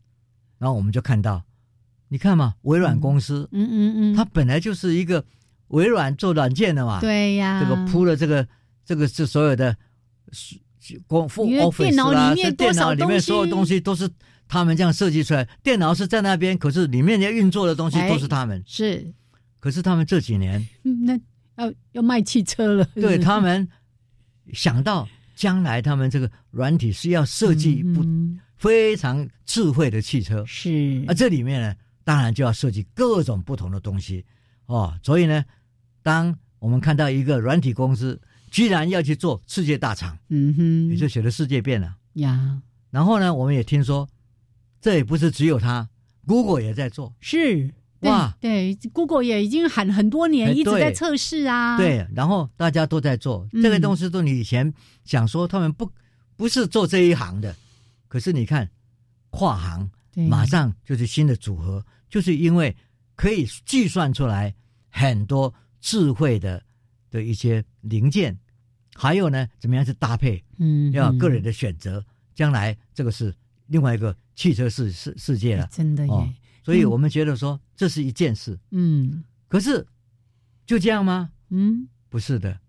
[SPEAKER 1] 然后我们就看到，你看嘛，微软公司、
[SPEAKER 2] 嗯嗯嗯，
[SPEAKER 1] 它本来就是一个微软做软件的嘛，
[SPEAKER 2] 对啊呀，
[SPEAKER 1] 啊这个铺了这个这个是所有的光
[SPEAKER 2] 因为
[SPEAKER 1] Office
[SPEAKER 2] 电脑
[SPEAKER 1] 啦，
[SPEAKER 2] 里面
[SPEAKER 1] 这电
[SPEAKER 2] 多少
[SPEAKER 1] 脑里面
[SPEAKER 2] 东
[SPEAKER 1] 所有
[SPEAKER 2] 西
[SPEAKER 1] 东西都是他们这样设计出来，电脑是在那边，可是里面要运作的东西
[SPEAKER 2] 哎
[SPEAKER 1] 都是他们，
[SPEAKER 2] 是
[SPEAKER 1] 可是他们这几年。
[SPEAKER 2] 嗯那要要卖汽车了，是不
[SPEAKER 1] 对
[SPEAKER 2] 是
[SPEAKER 1] 他们想到将来他们这个软体是要设计一部
[SPEAKER 2] 嗯
[SPEAKER 1] 非常智慧的汽车啊
[SPEAKER 2] 哼，是
[SPEAKER 1] 而这里面呢，当然就要设计各种不同的东西哦。所以呢，当我们看到一个软体公司居然要去做世界大厂，
[SPEAKER 2] 嗯哼，
[SPEAKER 1] 也就使得世界变了。
[SPEAKER 2] 呀
[SPEAKER 1] 然后呢，我们也听说，这也不是只有他，Google 也在做。
[SPEAKER 2] 是。对
[SPEAKER 1] 哇
[SPEAKER 2] 对，Google 也已经喊很多
[SPEAKER 1] 哎
[SPEAKER 2] 年，一直
[SPEAKER 1] 对
[SPEAKER 2] 在测试啊。，
[SPEAKER 1] 对，然后大家都在做、这个
[SPEAKER 2] 嗯
[SPEAKER 1] 东西，都你以前想说他们不不是做这一行的，可是你看跨行
[SPEAKER 2] 对
[SPEAKER 1] 马上就是新的组合，就是因为可以计算出来很多智慧的的一些零件，还有呢怎么样去搭配，
[SPEAKER 2] 嗯，
[SPEAKER 1] 要有个人
[SPEAKER 2] 嗯
[SPEAKER 1] 的选择，将来这个是另外一个汽车世世世界
[SPEAKER 2] 哎
[SPEAKER 1] 了，
[SPEAKER 2] 真的
[SPEAKER 1] 哦
[SPEAKER 2] 耶，
[SPEAKER 1] 所以
[SPEAKER 2] 嗯
[SPEAKER 1] 我们觉得说这是一件事，
[SPEAKER 2] 嗯
[SPEAKER 1] 可是就这样吗？
[SPEAKER 2] 嗯，
[SPEAKER 1] 不是的，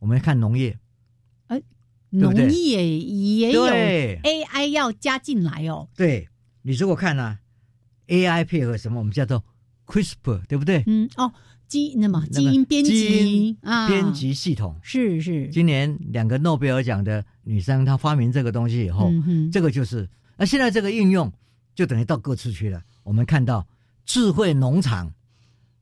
[SPEAKER 1] 我们看农业，对不
[SPEAKER 2] 农
[SPEAKER 1] 对
[SPEAKER 2] 业也有
[SPEAKER 1] 对
[SPEAKER 2] AI 要加进来哦。
[SPEAKER 1] 对，你如果看呢、AI 配合什么，我们叫做 CRISPR，对不对？
[SPEAKER 2] 嗯，哦，基那么
[SPEAKER 1] 那
[SPEAKER 2] 基
[SPEAKER 1] 个
[SPEAKER 2] 因编
[SPEAKER 1] 基
[SPEAKER 2] 辑
[SPEAKER 1] 因
[SPEAKER 2] 啊，
[SPEAKER 1] 编辑系统。
[SPEAKER 2] 是是，
[SPEAKER 1] 今年两个诺贝尔奖的女生，她发明这个东西以后，
[SPEAKER 2] 嗯哼
[SPEAKER 1] 这个就是那现在这个应用就等于到各处去了。我们看到智慧农场、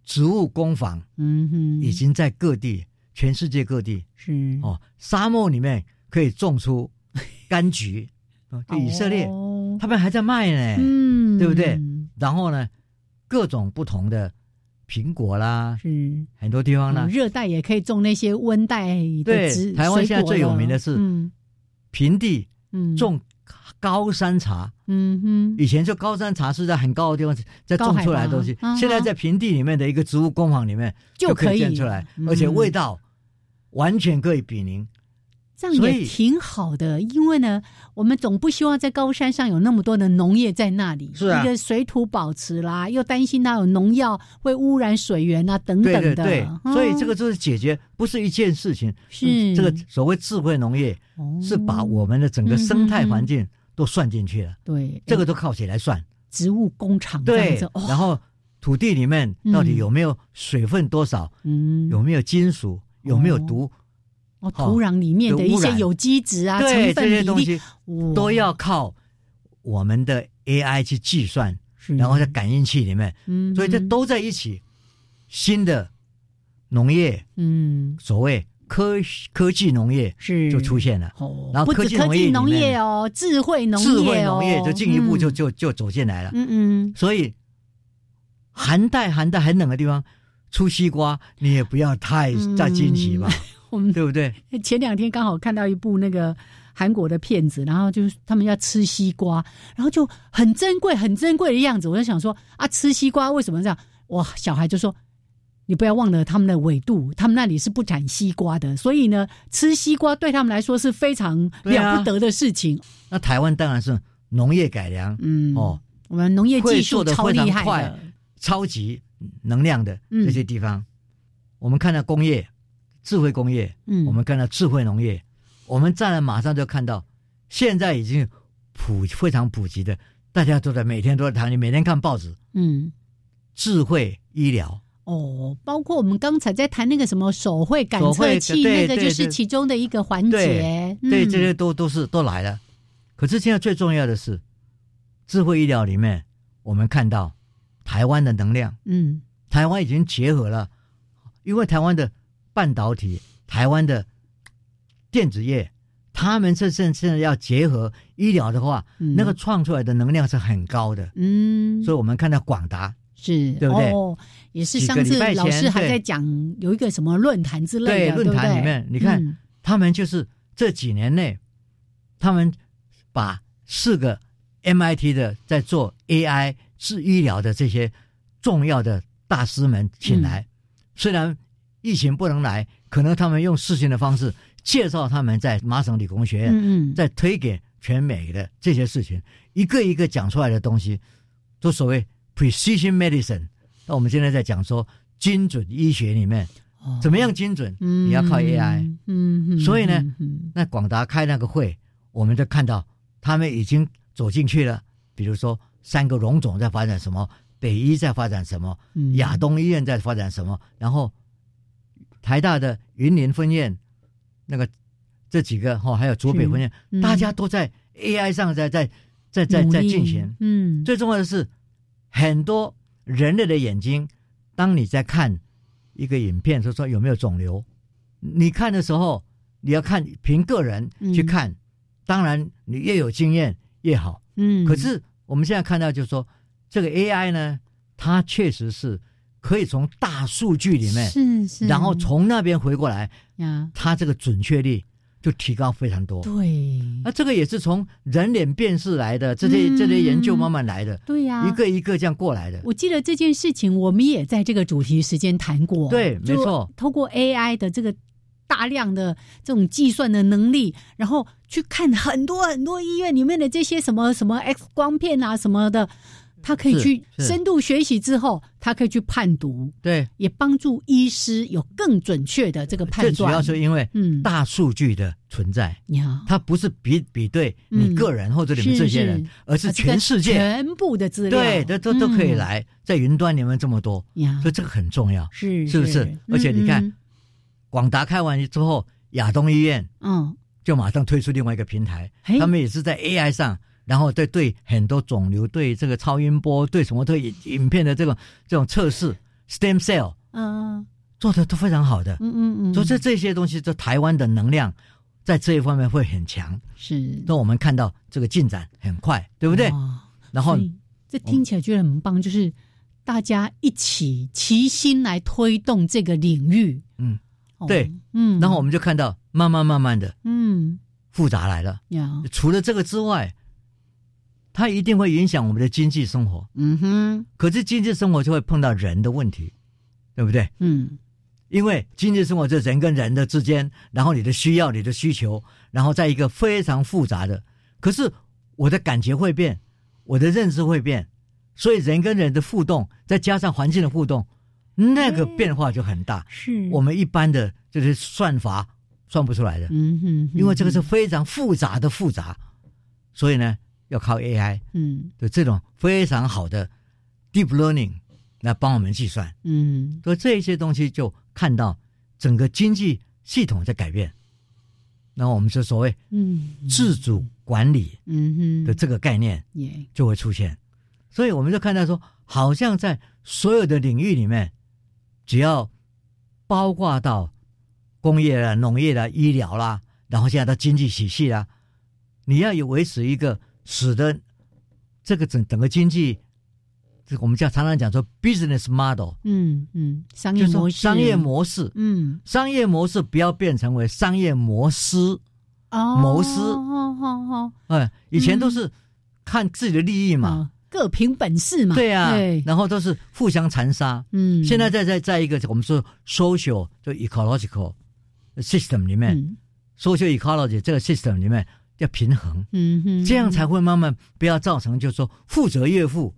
[SPEAKER 1] 植物工坊
[SPEAKER 2] 嗯哼，
[SPEAKER 1] 已经在各地、全世界各地
[SPEAKER 2] 是
[SPEAKER 1] 哦，沙漠里面可以种出柑橘，哦就以色列、
[SPEAKER 2] 哦
[SPEAKER 1] 他们还在卖呢。
[SPEAKER 2] 嗯，
[SPEAKER 1] 对不对然后呢，各种不同的苹果啦，
[SPEAKER 2] 是。
[SPEAKER 1] 很多地方
[SPEAKER 2] 嗯
[SPEAKER 1] 呢，
[SPEAKER 2] 热带也可以种那些温带的
[SPEAKER 1] 对
[SPEAKER 2] 植，
[SPEAKER 1] 台湾
[SPEAKER 2] 水
[SPEAKER 1] 现在
[SPEAKER 2] 果
[SPEAKER 1] 最有
[SPEAKER 2] 了
[SPEAKER 1] 名的是
[SPEAKER 2] 嗯
[SPEAKER 1] 平地
[SPEAKER 2] 嗯，
[SPEAKER 1] 种高山茶。
[SPEAKER 2] 嗯哼，
[SPEAKER 1] 以前就高山茶是在很高的地方再种出来的东西
[SPEAKER 2] 高海拔，
[SPEAKER 1] 现在
[SPEAKER 2] 嗯
[SPEAKER 1] 在平地里面的一个植物工坊里面
[SPEAKER 2] 就
[SPEAKER 1] 可
[SPEAKER 2] 可
[SPEAKER 1] 以
[SPEAKER 2] 以
[SPEAKER 1] 种出来，
[SPEAKER 2] 嗯
[SPEAKER 1] 而且味道完全可以比邻。
[SPEAKER 2] 这样
[SPEAKER 1] 所
[SPEAKER 2] 也
[SPEAKER 1] 以
[SPEAKER 2] 挺好的，因为呢，我们总不希望在高山上有那么多的农业在那里，
[SPEAKER 1] 是啊
[SPEAKER 2] 一个水土保持啦，又担心它有农药会污染水源啊等等
[SPEAKER 1] 对
[SPEAKER 2] 的，
[SPEAKER 1] 对对，
[SPEAKER 2] 嗯
[SPEAKER 1] 所以这个就是解决，不是一件事情。
[SPEAKER 2] 是
[SPEAKER 1] 这个所谓智慧农业，
[SPEAKER 2] 哦嗯
[SPEAKER 1] 是把我们的整个生态环境都算进去了，
[SPEAKER 2] 对
[SPEAKER 1] 这个
[SPEAKER 2] 哎
[SPEAKER 1] 都靠起来算。
[SPEAKER 2] 植物工厂这样
[SPEAKER 1] 对
[SPEAKER 2] 子，，哦
[SPEAKER 1] 然后土地里面到底有没有水分多少，
[SPEAKER 2] 嗯
[SPEAKER 1] 有没有金属，有没有
[SPEAKER 2] 哦
[SPEAKER 1] 毒，
[SPEAKER 2] 哦土壤里面的
[SPEAKER 1] 有
[SPEAKER 2] 一
[SPEAKER 1] 污
[SPEAKER 2] 些
[SPEAKER 1] 染
[SPEAKER 2] 有机质啊
[SPEAKER 1] 对
[SPEAKER 2] 成
[SPEAKER 1] 这
[SPEAKER 2] 分
[SPEAKER 1] 些
[SPEAKER 2] 比
[SPEAKER 1] 东
[SPEAKER 2] 例
[SPEAKER 1] 西都要靠我们的 AI 去计算，然
[SPEAKER 2] 然
[SPEAKER 1] 后在感应器里面，
[SPEAKER 2] 嗯，
[SPEAKER 1] 所以这
[SPEAKER 2] 嗯
[SPEAKER 1] 都在一起。新的农业，
[SPEAKER 2] 嗯
[SPEAKER 1] 所谓科科技农业
[SPEAKER 2] 是
[SPEAKER 1] 就出现了，
[SPEAKER 2] 哦，
[SPEAKER 1] 然
[SPEAKER 2] 不
[SPEAKER 1] 后科
[SPEAKER 2] 止
[SPEAKER 1] 技
[SPEAKER 2] 科
[SPEAKER 1] 农业
[SPEAKER 2] 技
[SPEAKER 1] 里
[SPEAKER 2] 农
[SPEAKER 1] 面
[SPEAKER 2] 业哦，智慧农业
[SPEAKER 1] 智慧
[SPEAKER 2] 哦
[SPEAKER 1] 农业就进一步就
[SPEAKER 2] 嗯
[SPEAKER 1] 就就走进来了。
[SPEAKER 2] 嗯嗯
[SPEAKER 1] 所以寒带寒带很冷的地方出西瓜，你也不要太
[SPEAKER 2] 嗯
[SPEAKER 1] 再惊奇吧，
[SPEAKER 2] 我们
[SPEAKER 1] 对不对？
[SPEAKER 2] 嗯前两天刚好看到一部那个韩国的片子，然后就是他们要吃西瓜，然后就很珍贵、很珍贵的样子。我就想说啊，吃西瓜为什么这样？我小孩就说。你不要忘了他们的纬度，他们那里是不产西瓜的，所以呢，吃西瓜对他们来说是非常
[SPEAKER 1] 对啊
[SPEAKER 2] 了不得的事情。
[SPEAKER 1] 那台湾当然是农业改良，
[SPEAKER 2] 嗯，
[SPEAKER 1] 哦，
[SPEAKER 2] 我们农业技术
[SPEAKER 1] 会做得
[SPEAKER 2] 超
[SPEAKER 1] 非常
[SPEAKER 2] 厉害
[SPEAKER 1] 快
[SPEAKER 2] 的，
[SPEAKER 1] 超级能量的
[SPEAKER 2] 嗯
[SPEAKER 1] 这些地方，我们看到工业、智慧工业，
[SPEAKER 2] 嗯，
[SPEAKER 1] 我们看到智慧农业，我们站了马上就看到，现在已经普非常普及的，大家都在每天都在谈，你每天看报纸，
[SPEAKER 2] 嗯
[SPEAKER 1] 智慧医疗。
[SPEAKER 2] 哦，包括我们刚才在谈那个什么手绘感测器，
[SPEAKER 1] 手绘对
[SPEAKER 2] 那个就是其中的一个环节
[SPEAKER 1] 对。
[SPEAKER 2] 嗯
[SPEAKER 1] 对，这些都都是都来了。可是现在最重要的是，智慧医疗里面，我们看到台湾的能量，
[SPEAKER 2] 嗯
[SPEAKER 1] 台湾已经结合了，因为台湾的半导体、台湾的电子业，他们这现现在要结合医疗的话，
[SPEAKER 2] 嗯
[SPEAKER 1] 那个创出来的能量是很高的。
[SPEAKER 2] 嗯，
[SPEAKER 1] 所以我们看到广达，
[SPEAKER 2] 是
[SPEAKER 1] 对不对
[SPEAKER 2] 哦，也是
[SPEAKER 1] 几个
[SPEAKER 2] 上次
[SPEAKER 1] 礼拜前
[SPEAKER 2] 老师还
[SPEAKER 1] 对
[SPEAKER 2] 在讲有一个什么论坛之类的，对
[SPEAKER 1] 对
[SPEAKER 2] 不
[SPEAKER 1] 论
[SPEAKER 2] 对？
[SPEAKER 1] 坛里面你看
[SPEAKER 2] 嗯
[SPEAKER 1] 他们就是这几年内，他们把四个 MIT 的在做 AI 治医疗的这些重要的大师们请
[SPEAKER 2] 嗯
[SPEAKER 1] 来，虽然疫情不能来，可能他们用视讯的方式介绍他们在麻省理工学院、
[SPEAKER 2] 嗯嗯，
[SPEAKER 1] 在推给全美的这些事情，一个一个讲出来的东西，都所谓 precision medicine。那我们现在在讲说精准医学里面
[SPEAKER 2] 哦
[SPEAKER 1] 怎么样精准，你要靠 AI。
[SPEAKER 2] 嗯嗯嗯
[SPEAKER 1] 所以呢
[SPEAKER 2] 嗯嗯
[SPEAKER 1] 那广达开那个会，我们就看到他们已经走进去了。比如说，三个荣总在发展什么，北医在发展什么，
[SPEAKER 2] 嗯
[SPEAKER 1] 亚东医院在发展什么，然后台大的云林分院，那个这几个哈、哦，还有竹北分院，
[SPEAKER 2] 嗯
[SPEAKER 1] 大家都在 AI 上在在在在在进行。
[SPEAKER 2] 努力嗯，
[SPEAKER 1] 最重要的是，很多人类的眼睛，当你在看一个影片，说说有没有肿瘤，你看的时候，你要看凭个人去看，当然你越有经验越好。
[SPEAKER 2] 嗯，
[SPEAKER 1] 可是我们现在看到，就是说这个 AI 呢，它确实是可以从大数据里面，
[SPEAKER 2] 是是，
[SPEAKER 1] 然后从那边回过来，
[SPEAKER 2] 呀，
[SPEAKER 1] 它这个准确率就提高非常多。
[SPEAKER 2] 对
[SPEAKER 1] 那这个也是从人脸辨识来的，这
[SPEAKER 2] 嗯
[SPEAKER 1] 些这些研究慢慢来的。
[SPEAKER 2] 对呀，
[SPEAKER 1] 一个一个这样过来的。
[SPEAKER 2] 嗯我记得这件事情，我们也在这个主题时间谈过。
[SPEAKER 1] 对
[SPEAKER 2] 就
[SPEAKER 1] 没错
[SPEAKER 2] 透过 AI 的这个大量的这种计算的能力，然后去看很多很多医院里面的这些什么什么 X 光片啊什么的，他可以
[SPEAKER 1] 是
[SPEAKER 2] 去
[SPEAKER 1] 是
[SPEAKER 2] 深度学习之后，他可以去判读，
[SPEAKER 1] 对，
[SPEAKER 2] 也帮助医师有更准确的这个判
[SPEAKER 1] 这
[SPEAKER 2] 断。
[SPEAKER 1] 主要是因为
[SPEAKER 2] 嗯
[SPEAKER 1] 大数据的存在，
[SPEAKER 2] 呀，
[SPEAKER 1] 它不是比比对你个人或者你们这些人
[SPEAKER 2] 是是，
[SPEAKER 1] 而是全世界，
[SPEAKER 2] 啊全嗯部的资料，
[SPEAKER 1] 对，都都都可以来在云端里面这么多，
[SPEAKER 2] 嗯呀
[SPEAKER 1] 所以，这个很重要。
[SPEAKER 2] 是
[SPEAKER 1] 是不是而且你看，广达开完之后，亚东医院
[SPEAKER 2] 嗯嗯
[SPEAKER 1] 就马上推出另外一个平台
[SPEAKER 2] 嘿，
[SPEAKER 1] 他们也是在 AI 上。然后对对很多肿瘤、对这个超音波、对什么对影影片的这种这种测试，stem cell
[SPEAKER 2] 嗯
[SPEAKER 1] 做的都非常好的。
[SPEAKER 2] 嗯嗯嗯，
[SPEAKER 1] 所以这这些东西，这台湾的能量在这一方面会很强。
[SPEAKER 2] 是
[SPEAKER 1] 那我们看到这个进展很快，对不对？
[SPEAKER 2] 哇
[SPEAKER 1] 然后
[SPEAKER 2] 哦
[SPEAKER 1] 哦
[SPEAKER 2] 所以这听起来觉得很棒，就是大家一起齐心来推动这个领域。
[SPEAKER 1] 嗯
[SPEAKER 2] 哦，
[SPEAKER 1] 对
[SPEAKER 2] 嗯，
[SPEAKER 1] 然后我们就看到慢慢慢慢的
[SPEAKER 2] 嗯
[SPEAKER 1] 复杂来了。
[SPEAKER 2] 呀，
[SPEAKER 1] 除了这个之外，它一定会影响我们的经济生活。
[SPEAKER 2] 嗯哼，
[SPEAKER 1] 可是经济生活就会碰到人的问题，对不对？
[SPEAKER 2] 嗯
[SPEAKER 1] 因为经济生活就是人跟人的之间，然后你的需要、你的需求，然后在一个非常复杂的，可是我的感觉会变，我的认识会变，所以人跟人的互动，再加上环境的互动，那个变化就很大。
[SPEAKER 4] 嗯
[SPEAKER 2] 是
[SPEAKER 1] 我们一般的就是算法算不出来的，
[SPEAKER 2] 嗯哼，
[SPEAKER 1] 因为这个是
[SPEAKER 2] 嗯
[SPEAKER 1] 非常复杂的复杂，所以呢，要靠 AI
[SPEAKER 2] 嗯
[SPEAKER 1] 的这种非常好的 deep learning 来帮我们计算。
[SPEAKER 2] 嗯
[SPEAKER 1] 所以这一些东西就看到整个经济系统在改变。那我们就所谓
[SPEAKER 2] 嗯
[SPEAKER 1] 自主管理
[SPEAKER 2] 嗯哼
[SPEAKER 1] 的这个概念
[SPEAKER 2] 也
[SPEAKER 1] 就会出现，所以我们就看到说，好像在所有的领域里面，只要包括到工业啦、农业啦、医疗啦，然后现在到经济体系啦，你要有维持一个使得这个整整个经济，这我们叫常常讲说 business model，
[SPEAKER 2] 嗯嗯商
[SPEAKER 1] 就
[SPEAKER 2] 业
[SPEAKER 1] 是说
[SPEAKER 2] 模式，
[SPEAKER 1] 商业模式，
[SPEAKER 2] 嗯
[SPEAKER 1] 商业模式不要变成为商业模式。
[SPEAKER 2] 哦
[SPEAKER 1] 谋私
[SPEAKER 2] 哦哦
[SPEAKER 1] 哎，以前
[SPEAKER 2] 嗯
[SPEAKER 1] 都是看自己的利益
[SPEAKER 2] 哦
[SPEAKER 1] 嘛，
[SPEAKER 2] 啊，各凭本事嘛，
[SPEAKER 1] 对呀、
[SPEAKER 2] 嗯对，
[SPEAKER 1] 然后都是互相残杀。
[SPEAKER 2] 嗯，
[SPEAKER 1] 现在在在在一个我们说 social 就 ecological system 里面、
[SPEAKER 2] 嗯
[SPEAKER 1] s o c i a l ecology 这个 system 里面要平衡，
[SPEAKER 2] 嗯哼，
[SPEAKER 1] 这样才会慢慢不要造成就是说富则越富，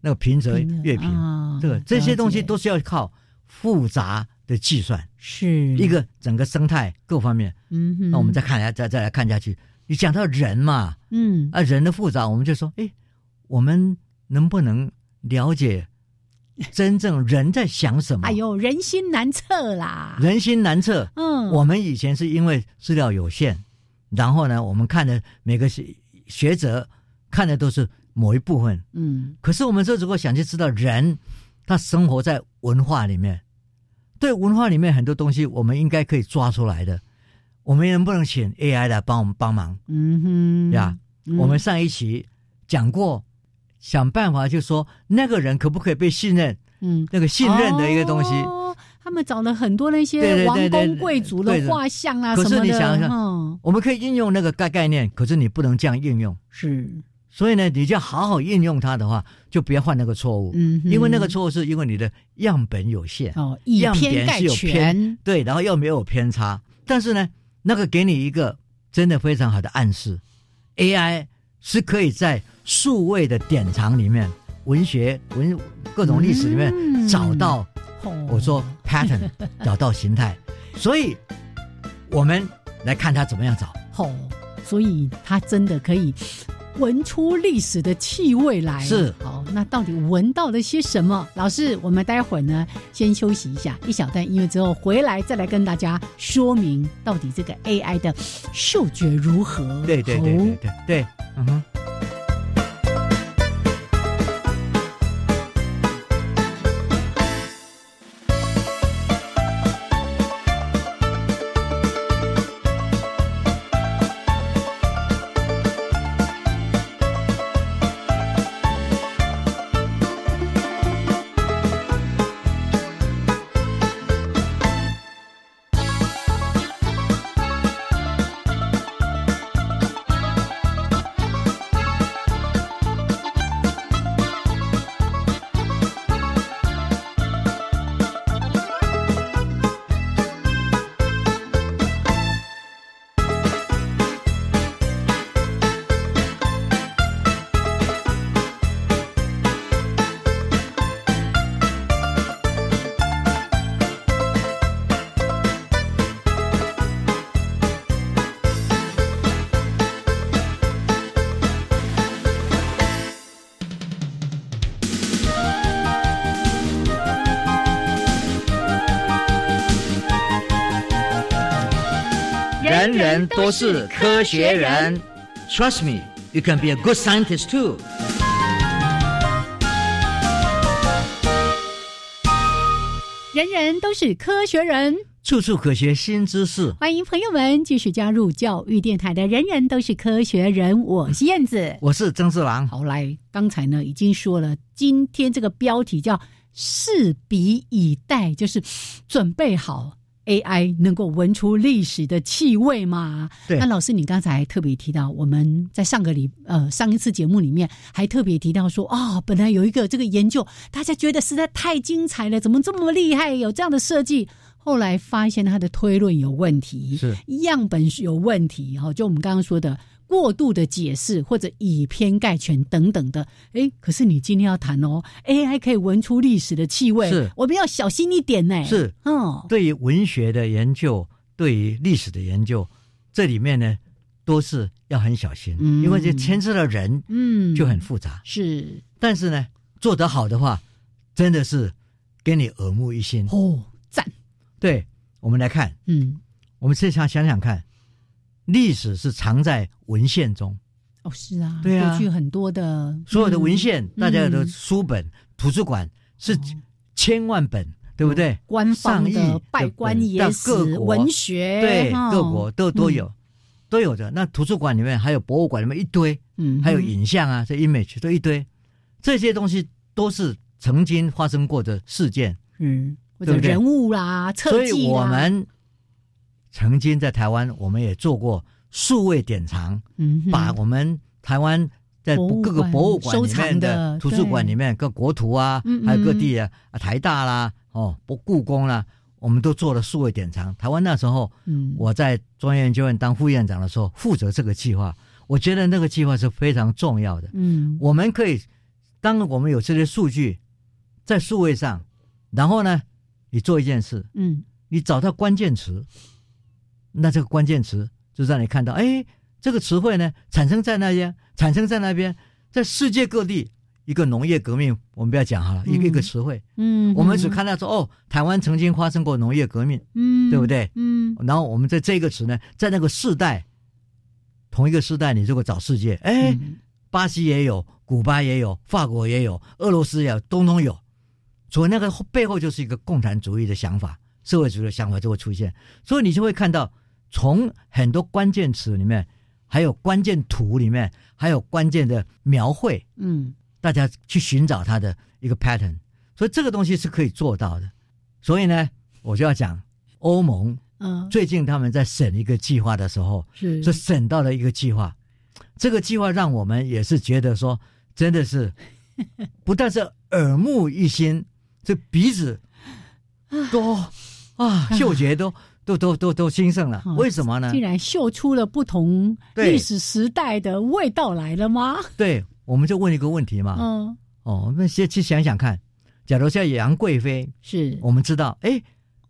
[SPEAKER 1] 那个贫则越贫。
[SPEAKER 2] 啊
[SPEAKER 1] 这个这些东西
[SPEAKER 2] 了解
[SPEAKER 1] 都是要靠复杂的计算，
[SPEAKER 2] 是
[SPEAKER 1] 一个整个生态各方面。
[SPEAKER 2] 嗯哼，
[SPEAKER 1] 那我们再看来再再来看下去，你讲到人嘛，
[SPEAKER 2] 嗯
[SPEAKER 1] 啊，人的复杂，我们就说，哎，我们能不能了解真正人在想什么。
[SPEAKER 2] 哎呦，人心难测啦。
[SPEAKER 1] 人心难测。
[SPEAKER 2] 嗯，
[SPEAKER 1] 我们以前是因为资料有限，然后呢，我们看的每个学学者看的都是某一部分，
[SPEAKER 2] 嗯
[SPEAKER 1] 可是我们这如果想去知道人，他生活在文化里面，对文化里面很多东西，我们应该可以抓出来的。我们能不能请 AI 来帮我们帮忙
[SPEAKER 2] 嗯哼
[SPEAKER 1] 呀？
[SPEAKER 2] 嗯
[SPEAKER 1] 我们上一期讲过，想办法就说那个人可不可以被信任，
[SPEAKER 2] 嗯
[SPEAKER 1] 那个信任的一个东西。
[SPEAKER 2] 哦他们找了很多那
[SPEAKER 1] 对
[SPEAKER 2] 些
[SPEAKER 1] 对对
[SPEAKER 2] 王
[SPEAKER 1] 对
[SPEAKER 2] 公
[SPEAKER 1] 对
[SPEAKER 2] 贵族
[SPEAKER 1] 对
[SPEAKER 2] 的
[SPEAKER 1] 的
[SPEAKER 2] 画像啊
[SPEAKER 1] 可
[SPEAKER 2] 什
[SPEAKER 1] 是
[SPEAKER 2] 么的，
[SPEAKER 1] 你想想
[SPEAKER 2] 嗯
[SPEAKER 1] 我们可以应用那个概概念，可是你不能这样应用。
[SPEAKER 2] 是，
[SPEAKER 1] 所以呢，你就好好应用它的话，就不要犯那个错误。
[SPEAKER 2] 嗯哼，
[SPEAKER 1] 因为那个错误是因为你的样本有限，
[SPEAKER 2] 哦，以
[SPEAKER 1] 样
[SPEAKER 2] 偏
[SPEAKER 1] 点
[SPEAKER 2] 概
[SPEAKER 1] 是有偏
[SPEAKER 2] 全，
[SPEAKER 1] 对，然后又没有偏差。但是呢，那个给你一个真的非常好的暗示，AI 是可以在数位的典藏里面、文学文各种历史里面
[SPEAKER 2] 嗯
[SPEAKER 1] 找到、
[SPEAKER 2] 哦
[SPEAKER 1] 我说 pattern，找到形态。所以我们来看它怎么样找。
[SPEAKER 2] 吼、所以它真的可以闻出历史的气味来。
[SPEAKER 1] 是
[SPEAKER 2] 好，那到底闻到了些什么？老师，我们待会儿呢，先休息一下，一小段音乐之后回来再来跟大家说明到底这个 AI 的嗅觉如何。
[SPEAKER 1] 对对对
[SPEAKER 2] 吼
[SPEAKER 1] 对对对，嗯哼。人人都是科学人。Trust me, you can be a good scientist too.
[SPEAKER 2] 人人都是科学人。
[SPEAKER 1] 处处可学新知识。
[SPEAKER 2] 欢迎朋友们继续加入教育电台的《人人都是科学人》，我是燕子。
[SPEAKER 1] 我是曾志郎，
[SPEAKER 2] 好，来，刚才呢已经说了，今天这个标题叫“拭鼻以待”，就是准备好 AI 能够闻出历史的气味嘛。
[SPEAKER 1] 对
[SPEAKER 2] 那老师，你刚才还特别提到，我们在上个礼呃上一次节目里面还特别提到说，哦，本来有一个这个研究，大家觉得实在太精彩了，怎么这么厉害，有这样的设计？后来发现他的推论有问题，
[SPEAKER 1] 是
[SPEAKER 2] 样本是有问题哈，就我们刚刚说的过度的解释或者以偏概全等等的。诶，可是你今天要谈哦，AI 可以闻出历史的气味，
[SPEAKER 1] 是
[SPEAKER 2] 我们要小心一点呢。
[SPEAKER 1] 是
[SPEAKER 2] 哦，
[SPEAKER 1] 对于文学的研究，对于历史的研究，这里面呢都是要很小心，
[SPEAKER 2] 嗯
[SPEAKER 1] 因为这牵涉到人
[SPEAKER 2] 嗯，
[SPEAKER 1] 就很复杂。
[SPEAKER 2] 是
[SPEAKER 1] 但是呢，做得好的话，真的是给你耳目一新。
[SPEAKER 2] 哦，赞，
[SPEAKER 1] 对我们来看，
[SPEAKER 2] 嗯，
[SPEAKER 1] 我们这想想想看，历史是藏在文献中，
[SPEAKER 2] 哦，是啊，
[SPEAKER 1] 对啊
[SPEAKER 2] 过去很多的
[SPEAKER 1] 所有的文
[SPEAKER 2] 嗯
[SPEAKER 1] 献，大家的
[SPEAKER 2] 嗯
[SPEAKER 1] 书本、图书馆是
[SPEAKER 2] 哦
[SPEAKER 1] 千万本，对不对？
[SPEAKER 2] 官方
[SPEAKER 1] 上亿
[SPEAKER 2] 的
[SPEAKER 1] 的
[SPEAKER 2] 拜官
[SPEAKER 1] 本
[SPEAKER 2] 野
[SPEAKER 1] 到
[SPEAKER 2] 史
[SPEAKER 1] 各、国
[SPEAKER 2] 文学，哦
[SPEAKER 1] 对，
[SPEAKER 2] 嗯
[SPEAKER 1] 各国都都有、，都有的。那图书馆里面还有博物馆里面一堆，
[SPEAKER 2] 嗯，嗯
[SPEAKER 1] 还有
[SPEAKER 2] 哼
[SPEAKER 1] 影像啊，这 image 都一堆，这些东西都是曾经发生过的事件，
[SPEAKER 2] 嗯，或者
[SPEAKER 1] 对不对
[SPEAKER 2] 人物啦、
[SPEAKER 1] 所
[SPEAKER 2] 特技啦，
[SPEAKER 1] 以我们曾经在台湾，我们也做过数位典藏，
[SPEAKER 2] 嗯哼
[SPEAKER 1] 把我们台湾。在
[SPEAKER 2] 博物
[SPEAKER 1] 各个
[SPEAKER 2] 馆
[SPEAKER 1] 博物馆
[SPEAKER 2] 收
[SPEAKER 1] 里面
[SPEAKER 2] 藏的
[SPEAKER 1] 图书馆
[SPEAKER 2] 对
[SPEAKER 1] 里面，各国图啊
[SPEAKER 2] 嗯，嗯
[SPEAKER 1] 还有各地啊，啊台大啦，哦，不故宫啦，我们都做了数位典藏。台湾那时候
[SPEAKER 2] 嗯
[SPEAKER 1] 我在中研究院当副院长的时候，负责这个计划，我觉得那个计划是非常重要的。
[SPEAKER 2] 嗯
[SPEAKER 1] 我们可以，当我们有这些数据在数位上，然后呢，你做一件事，
[SPEAKER 2] 嗯
[SPEAKER 1] 你找到关键词，那这个关键词就让你看到，哎，这个词汇呢产生在那边，产生在那边，在世界各地一个农业革命，我们不要讲好了，一个一个词汇，
[SPEAKER 2] 嗯，
[SPEAKER 1] 我们只看到说哦，台湾曾经发生过农业革命，
[SPEAKER 2] 嗯，
[SPEAKER 1] 对不对
[SPEAKER 2] 嗯，
[SPEAKER 1] 然后我们在这个词呢，在那个世代，同一个世代，你如果找世界，哎，
[SPEAKER 2] 嗯
[SPEAKER 1] 巴西也有，古巴也有，法国也有，俄罗斯也有，东东有。所以那个后背后就是一个共产主义的想法，社会主义的想法就会出现。所以你就会看到，从很多关键词里面，还有关键图里面，还有关键的描绘，
[SPEAKER 2] 嗯
[SPEAKER 1] 大家去寻找它的一个 pattern。所以这个东西是可以做到的。所以呢，我就要讲欧盟
[SPEAKER 2] 嗯，
[SPEAKER 1] 最近他们在审一个计划的时候，
[SPEAKER 2] 是
[SPEAKER 1] 就审到了一个计划，这个计划让我们也是觉得说，真 的是不但是耳目一新，这鼻子都啊嗅觉都都都都都兴盛了
[SPEAKER 2] 好。
[SPEAKER 1] 为什么呢
[SPEAKER 2] 哦竟？然嗅出了不同
[SPEAKER 1] 对
[SPEAKER 2] 历史时代的味道来了吗？
[SPEAKER 1] 对，我们就问一个问题嘛。
[SPEAKER 2] 嗯，
[SPEAKER 1] 哦，那先去想想看，假如像杨贵妃，
[SPEAKER 2] 是
[SPEAKER 1] 我们知道，哎，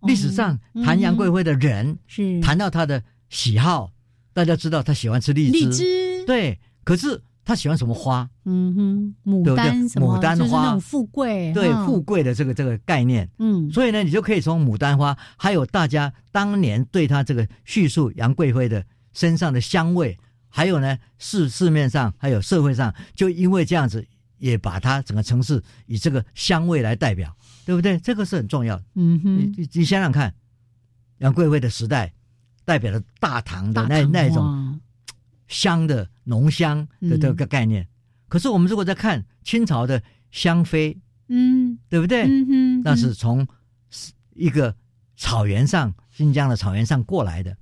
[SPEAKER 1] 历史上
[SPEAKER 2] 嗯
[SPEAKER 1] 谈杨贵妃的人，
[SPEAKER 2] 是
[SPEAKER 1] 谈到她的喜好，大家知道她喜欢吃荔枝，
[SPEAKER 2] 荔枝，
[SPEAKER 1] 对，可是她喜欢什么花？
[SPEAKER 2] 嗯哼，牡
[SPEAKER 1] 对不对
[SPEAKER 2] 丹什么，
[SPEAKER 1] 牡丹
[SPEAKER 2] 就是那
[SPEAKER 1] 花
[SPEAKER 2] 种富贵，
[SPEAKER 1] 对
[SPEAKER 2] 哈
[SPEAKER 1] 富，贵的这个这个概念。
[SPEAKER 2] 嗯，
[SPEAKER 1] 所以呢，你就可以从牡丹花，还有大家当年对它这个叙述杨贵妃的身上的香味，还有呢市市面上还有社会上，就因为这样子，也把它整个城市以这个香味来代表，对不对？这个是很重要的。
[SPEAKER 2] 嗯
[SPEAKER 1] 你
[SPEAKER 2] 哼，
[SPEAKER 1] 你你想想看，杨贵妃的时代，代表了大唐的
[SPEAKER 2] 大
[SPEAKER 1] 那
[SPEAKER 2] 唐
[SPEAKER 1] 那种
[SPEAKER 2] 哇
[SPEAKER 1] 香的浓香的这
[SPEAKER 2] 嗯
[SPEAKER 1] 个概念。可是我们如果在看清朝的香妃，
[SPEAKER 2] 嗯
[SPEAKER 1] 对不对？
[SPEAKER 2] 嗯哼，
[SPEAKER 1] 那是从一个草原上，新疆的草原上过来的。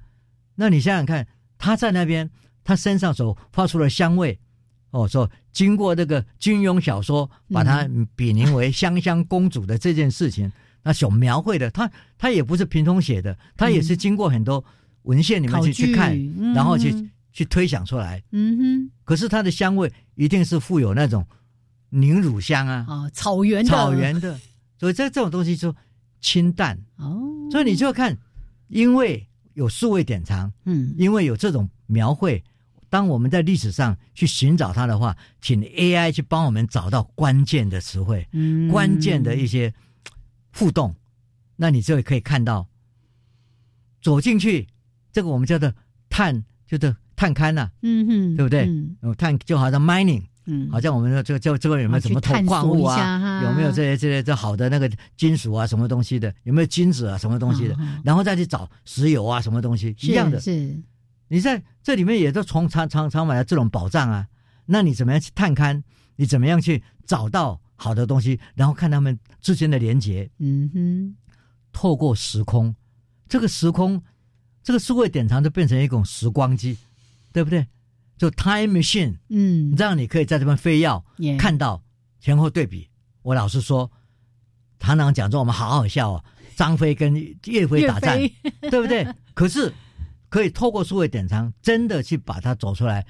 [SPEAKER 1] 那你想想看，他在那边，他身上所发出的香味，哦，说经过这个金庸小说把它比拟为香香公主的这件事情，那所描绘的，他他也不是凭空写的，他也是经过很多文献里
[SPEAKER 2] 嗯
[SPEAKER 1] 面
[SPEAKER 2] 考
[SPEAKER 1] 去去
[SPEAKER 2] 据
[SPEAKER 1] 看，
[SPEAKER 2] 嗯
[SPEAKER 1] 然后去、
[SPEAKER 2] 哼
[SPEAKER 1] 去推想出来。
[SPEAKER 2] 嗯
[SPEAKER 1] 可是它的香味一定是富有那种凝乳香啊
[SPEAKER 2] 哼，，哦，草原的
[SPEAKER 1] 草原的，所以这这种东西就清淡。
[SPEAKER 2] 哦，
[SPEAKER 1] 所以你就要看，因为有数位典藏，
[SPEAKER 2] 嗯
[SPEAKER 1] 因为有这种描绘，当我们在历史上去寻找它的话，请 AI 去帮我们找到关键的词汇、
[SPEAKER 2] 嗯
[SPEAKER 1] 关键的一些嘖互动，那你就可以看到走进去，这个我们叫做探，就是探勘呐、
[SPEAKER 2] 嗯哼，
[SPEAKER 1] 对不对
[SPEAKER 2] 嗯
[SPEAKER 1] 嗯探就好像 mining。
[SPEAKER 2] 嗯，
[SPEAKER 1] 好像我们说这个这个这个有没有
[SPEAKER 2] 啊
[SPEAKER 1] 什
[SPEAKER 2] 去
[SPEAKER 1] 么
[SPEAKER 2] 探
[SPEAKER 1] 铜矿
[SPEAKER 2] 索
[SPEAKER 1] 物
[SPEAKER 2] 一下
[SPEAKER 1] 啊
[SPEAKER 2] 哈？
[SPEAKER 1] 有没有这些这些这好的那个金属啊，什么东西的？有没有金子啊，什么东西的？
[SPEAKER 2] 哦
[SPEAKER 1] 然后再去找石油啊，什么东西一样的。
[SPEAKER 2] 是是
[SPEAKER 1] 你在这里面也都从常常常买了这种宝藏啊，那你怎么样去探勘？你怎么样去找到好的东西，然后看他们之间的连接？
[SPEAKER 2] 嗯哼，
[SPEAKER 1] 透过时空，这个时空，这个数位典藏就变成一种时光机，对不对？就 time machine，
[SPEAKER 2] 嗯，
[SPEAKER 1] 让你可以在这边飞跃。
[SPEAKER 2] 也
[SPEAKER 1] 看到前后对比，我老实说，堂堂讲说我们好好笑哦，张飞跟岳飞
[SPEAKER 2] 岳
[SPEAKER 1] 打仗，
[SPEAKER 2] 飞
[SPEAKER 1] 对不对？可是可以透过数位典藏，真的去把它走出来，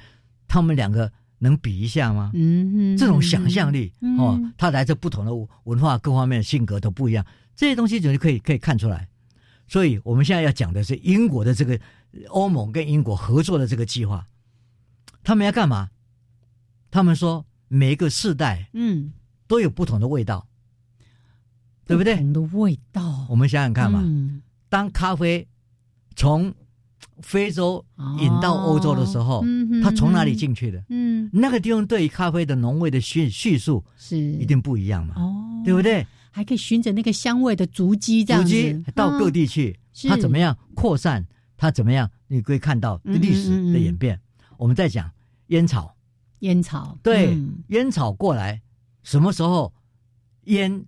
[SPEAKER 1] 他们两个能比一下吗？
[SPEAKER 2] 嗯哼，
[SPEAKER 1] 这种想象力、
[SPEAKER 2] 嗯
[SPEAKER 1] 哦，它来自不同的文化，各方面的性格都不一样，这些东西你就可以可以看出来。所以我们现在要讲的是英国的这个欧盟跟英国合作的这个计划，他们要干嘛？他们说每一个世代
[SPEAKER 2] 嗯，
[SPEAKER 1] 都有不同的味道，对不对？
[SPEAKER 2] 同的味道，
[SPEAKER 1] 我们想想看嘛，
[SPEAKER 2] 嗯
[SPEAKER 1] 当咖啡从非洲引到欧洲的时候，
[SPEAKER 2] 哦嗯哼
[SPEAKER 1] 它从哪里进去的？
[SPEAKER 2] 嗯，
[SPEAKER 1] 那个地方对于咖啡的浓味的叙叙述
[SPEAKER 2] 是
[SPEAKER 1] 一
[SPEAKER 2] 一
[SPEAKER 1] 定不一样嘛，
[SPEAKER 2] 哦，
[SPEAKER 1] 对不？对？
[SPEAKER 2] 还可以循着那个香味的足迹这样
[SPEAKER 1] 足
[SPEAKER 2] 子，嗯
[SPEAKER 1] 迹到各地去，
[SPEAKER 2] 是
[SPEAKER 1] 它怎么样扩散？它怎么样？你可以看到
[SPEAKER 2] 嗯嗯
[SPEAKER 1] 历史的演变。我们在讲烟草，
[SPEAKER 2] 嗯烟草，
[SPEAKER 1] 对、
[SPEAKER 2] 嗯
[SPEAKER 1] 烟草过来，什么时候烟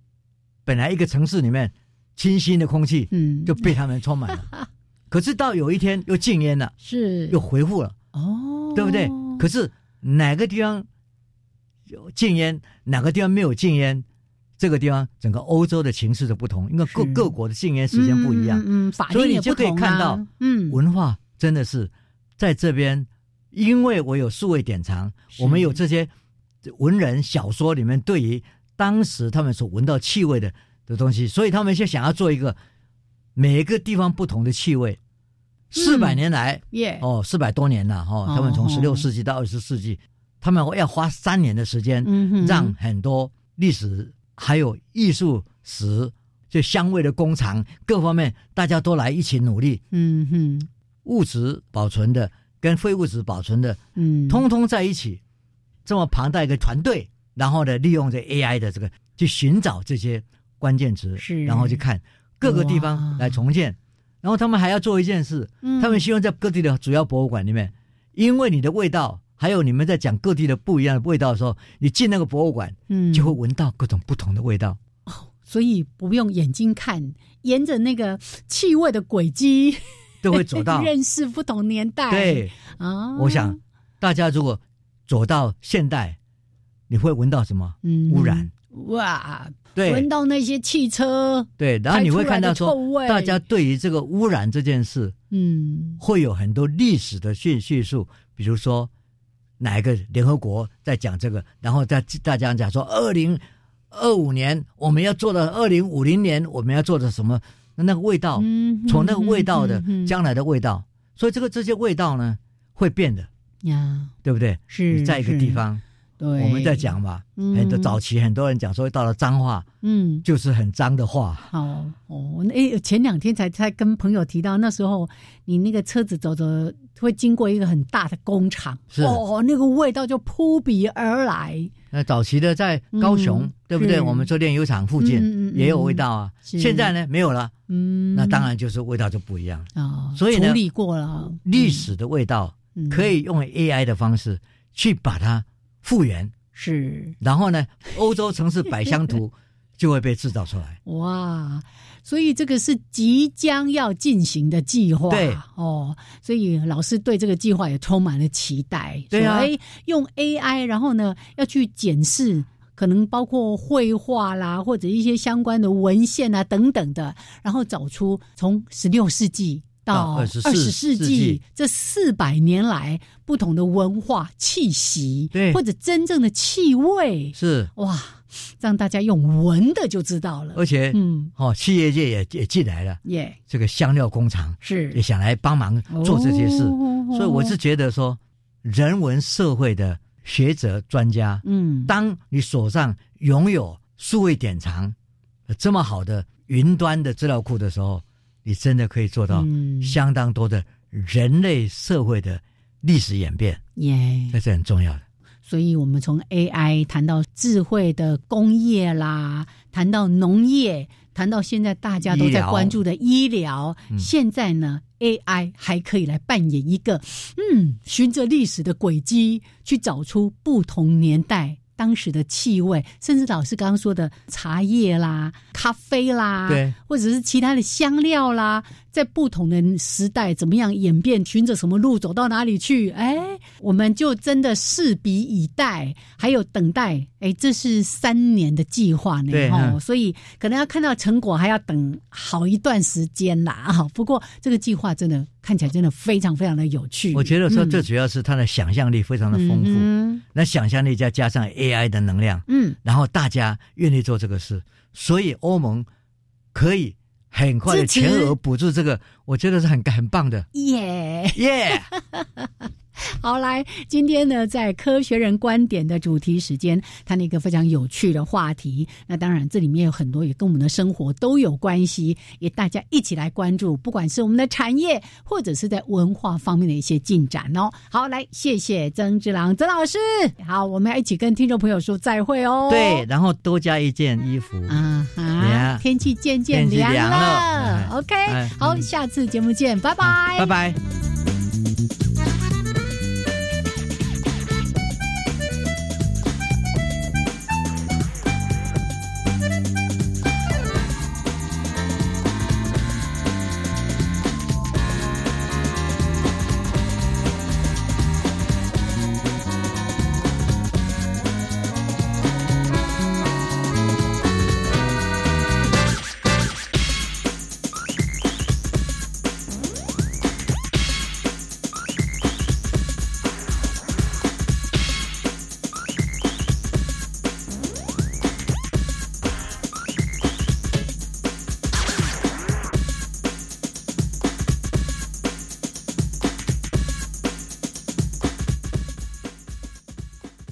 [SPEAKER 1] 本来一个城市里面清新的空气
[SPEAKER 2] 嗯，
[SPEAKER 1] 就被他们充满了，可是到有一天又禁烟了，
[SPEAKER 2] 是
[SPEAKER 1] 又回复了，
[SPEAKER 2] 哦，
[SPEAKER 1] 对不对？可是哪个地方有禁烟，哪个地方没有禁烟，这个地方整个欧洲的情势就不同，因为各
[SPEAKER 2] 是
[SPEAKER 1] 各国的禁烟时间不一样，
[SPEAKER 2] 嗯，嗯嗯法
[SPEAKER 1] 所
[SPEAKER 2] 令
[SPEAKER 1] 以
[SPEAKER 2] 也
[SPEAKER 1] 你就
[SPEAKER 2] 不
[SPEAKER 1] 可以
[SPEAKER 2] 同
[SPEAKER 1] 看
[SPEAKER 2] 啊
[SPEAKER 1] 到，
[SPEAKER 2] 嗯，
[SPEAKER 1] 文化真的是在这边，因为我有数位典藏，我们有这些文人小说里面对于当时他们所闻到气味的的东西，所以他们就想要做一个每一个地方不同的气味。四百年来，
[SPEAKER 2] 耶，
[SPEAKER 1] 哦，四百多年了，哦，他们从
[SPEAKER 2] 哎哦
[SPEAKER 1] 十六世纪到二十世纪，他们要花三年的时间，
[SPEAKER 2] 嗯哼
[SPEAKER 1] 让很多历史还有艺术史就香味的工厂各方面，大家都来一起努力，
[SPEAKER 2] 嗯哼，
[SPEAKER 1] 物质保存的跟非物质保存的，
[SPEAKER 2] 嗯，
[SPEAKER 1] 通通在一起，这么庞大一个团队，然后呢，利用这 AI 的这个去寻找这些关键词，
[SPEAKER 2] 是
[SPEAKER 1] 然后去看各个地
[SPEAKER 2] 哇
[SPEAKER 1] 方来重建。然后他们还要做一件事，
[SPEAKER 2] 嗯
[SPEAKER 1] 他们希望在各地的主要博物馆里面，因为你的味道，还有你们在讲各地的不一样的味道的时候，你进那个博物馆
[SPEAKER 2] 嗯
[SPEAKER 1] 就会闻到各种不同的 味道。
[SPEAKER 2] 所以不用眼睛看，沿着那个气味的轨迹，
[SPEAKER 1] 都会走 到
[SPEAKER 2] 认识不同年代。
[SPEAKER 1] 对，
[SPEAKER 2] 啊，
[SPEAKER 1] 我想大家如果走到现代，你会闻到什么？
[SPEAKER 2] 嗯
[SPEAKER 1] 污染。
[SPEAKER 2] 哇，
[SPEAKER 1] 对，
[SPEAKER 2] 闻到那些汽车，
[SPEAKER 1] 对，然后你会看到
[SPEAKER 2] 排
[SPEAKER 1] 说
[SPEAKER 2] 出来的臭，味
[SPEAKER 1] 大家对于这个污染这件事，
[SPEAKER 2] 嗯
[SPEAKER 1] 会有很多历史的叙叙述，比如说哪一个联合国在讲这个，然后再大家讲说，二零二五年我们要做到二零五零年我们要做的什么，那那个味道，
[SPEAKER 2] 嗯
[SPEAKER 1] 从那个味道的、
[SPEAKER 2] 嗯嗯嗯
[SPEAKER 1] 将来的味道，所以这个这些味道呢会变的，
[SPEAKER 2] 呀，
[SPEAKER 1] 对不对？
[SPEAKER 2] 是
[SPEAKER 1] 你在一个
[SPEAKER 2] 是
[SPEAKER 1] 地方，
[SPEAKER 2] 对，
[SPEAKER 1] 我们在讲，嘛，
[SPEAKER 2] 嗯
[SPEAKER 1] 很多早期很多人讲说到了脏话
[SPEAKER 2] 嗯。
[SPEAKER 1] 就是很脏的话。
[SPEAKER 2] 好哦，那诶，前两天才才跟朋友提到，那时候你那个车子走着会经过一个很大的工厂，
[SPEAKER 1] 是
[SPEAKER 2] 哦，那个味道就扑鼻而来。
[SPEAKER 1] 那早期的在高雄，
[SPEAKER 2] 嗯
[SPEAKER 1] 对不对？
[SPEAKER 2] 是
[SPEAKER 1] 我们做炼油厂附近、
[SPEAKER 2] 嗯嗯嗯
[SPEAKER 1] 也有味道啊。
[SPEAKER 2] 是
[SPEAKER 1] 现在呢没有了，
[SPEAKER 2] 嗯，
[SPEAKER 1] 那当然就是味道就不一样了。
[SPEAKER 2] 啊，
[SPEAKER 1] 所以呢
[SPEAKER 2] 处理过了，
[SPEAKER 1] 历史的味道
[SPEAKER 2] 嗯
[SPEAKER 1] 可以用 AI 的方式去把它复原，
[SPEAKER 2] 是
[SPEAKER 1] 然 后呢，欧洲城市百香图就会被制造出来。
[SPEAKER 2] 哇，所以这个是即将要进行的计划，
[SPEAKER 1] 对
[SPEAKER 2] 哦，所以老师对这个计划也充满了期待，
[SPEAKER 1] 对啊
[SPEAKER 2] 所以用 AI，然后呢要去检视。可能包括绘画啦，或者一些相关的文献啊等等的，然后找出从十六世纪到
[SPEAKER 1] 到
[SPEAKER 2] 二
[SPEAKER 1] 24
[SPEAKER 2] 十
[SPEAKER 1] 世纪
[SPEAKER 2] 纪这四百年来不同的文化气息，
[SPEAKER 1] 对
[SPEAKER 2] 或者真正的气味，
[SPEAKER 1] 是，
[SPEAKER 2] 哇，让大家用闻的就知道了。
[SPEAKER 1] 而且、
[SPEAKER 2] 嗯，
[SPEAKER 1] 哦，企业界也也进来了，
[SPEAKER 2] 耶、
[SPEAKER 1] 这个香料工厂也
[SPEAKER 2] 是
[SPEAKER 1] 想来帮忙做这些事。
[SPEAKER 2] 哦
[SPEAKER 1] 所以我是觉得说，人文社会的学者专家，
[SPEAKER 2] 嗯，
[SPEAKER 1] 当你手上拥有数位典藏呃这么好的云端的资料库的时候，你真的可以做到
[SPEAKER 2] 嗯
[SPEAKER 1] 相当多的人类社会的历史演变，
[SPEAKER 2] 耶
[SPEAKER 1] 这是很重要的。
[SPEAKER 2] 所以我们从 AI 谈到智慧的工业啦，谈到农业，谈到现在大家都
[SPEAKER 1] 医
[SPEAKER 2] 在
[SPEAKER 1] 疗
[SPEAKER 2] 关注的医疗，
[SPEAKER 1] 嗯
[SPEAKER 2] 现在呢，AI 还可以来扮演一个，嗯，循着历史的轨迹去找出不同年代。当时的气味，甚至老师刚刚说的茶叶啦、咖啡啦，
[SPEAKER 1] 对，
[SPEAKER 2] 或者是其他的香料啦，在不同的时代怎么样演变，循着什么路走到哪里去？哎，我们就真的拭鼻以待，还有等待。哎，这是三年的计划呢，
[SPEAKER 1] 对
[SPEAKER 2] 哦，
[SPEAKER 1] 嗯
[SPEAKER 2] 所以可能要看到成果还要等好一段时间啦。哈，不过这个计划真的看起来真的非常非常的有趣。
[SPEAKER 1] 我觉得说，
[SPEAKER 2] 嗯
[SPEAKER 1] 这主要是他的想象力非常的丰富，
[SPEAKER 2] 嗯
[SPEAKER 1] 那想象力再加上 AI 的能量，
[SPEAKER 2] 嗯，
[SPEAKER 1] 然后大家愿意做这个事，所以欧盟可以很快的
[SPEAKER 2] 支持
[SPEAKER 1] 全额补助这个，我觉得是很很棒的，
[SPEAKER 2] 耶、
[SPEAKER 1] 耶、
[SPEAKER 2] 好，来，今天呢，在科学人观点的主题时间，谈了一个非常有趣的话题。那当然，这里面有很多也跟我们的生活都有关系，也大家一起来关注，不管是我们的产业，或者是在文化方面的一些进展哦。好，来，谢谢曾志郎曾老师。好，我们要一起跟听众朋友说再会哦。
[SPEAKER 1] 对，。然后多加一件衣服。
[SPEAKER 2] 啊哈
[SPEAKER 1] Yeah，
[SPEAKER 2] 天气渐渐
[SPEAKER 1] 天气
[SPEAKER 2] 凉
[SPEAKER 1] 凉了
[SPEAKER 2] 了
[SPEAKER 1] 哎
[SPEAKER 2] ，OK，
[SPEAKER 1] 哎
[SPEAKER 2] 好，
[SPEAKER 1] 嗯
[SPEAKER 2] 下次节目见，拜
[SPEAKER 1] 拜拜。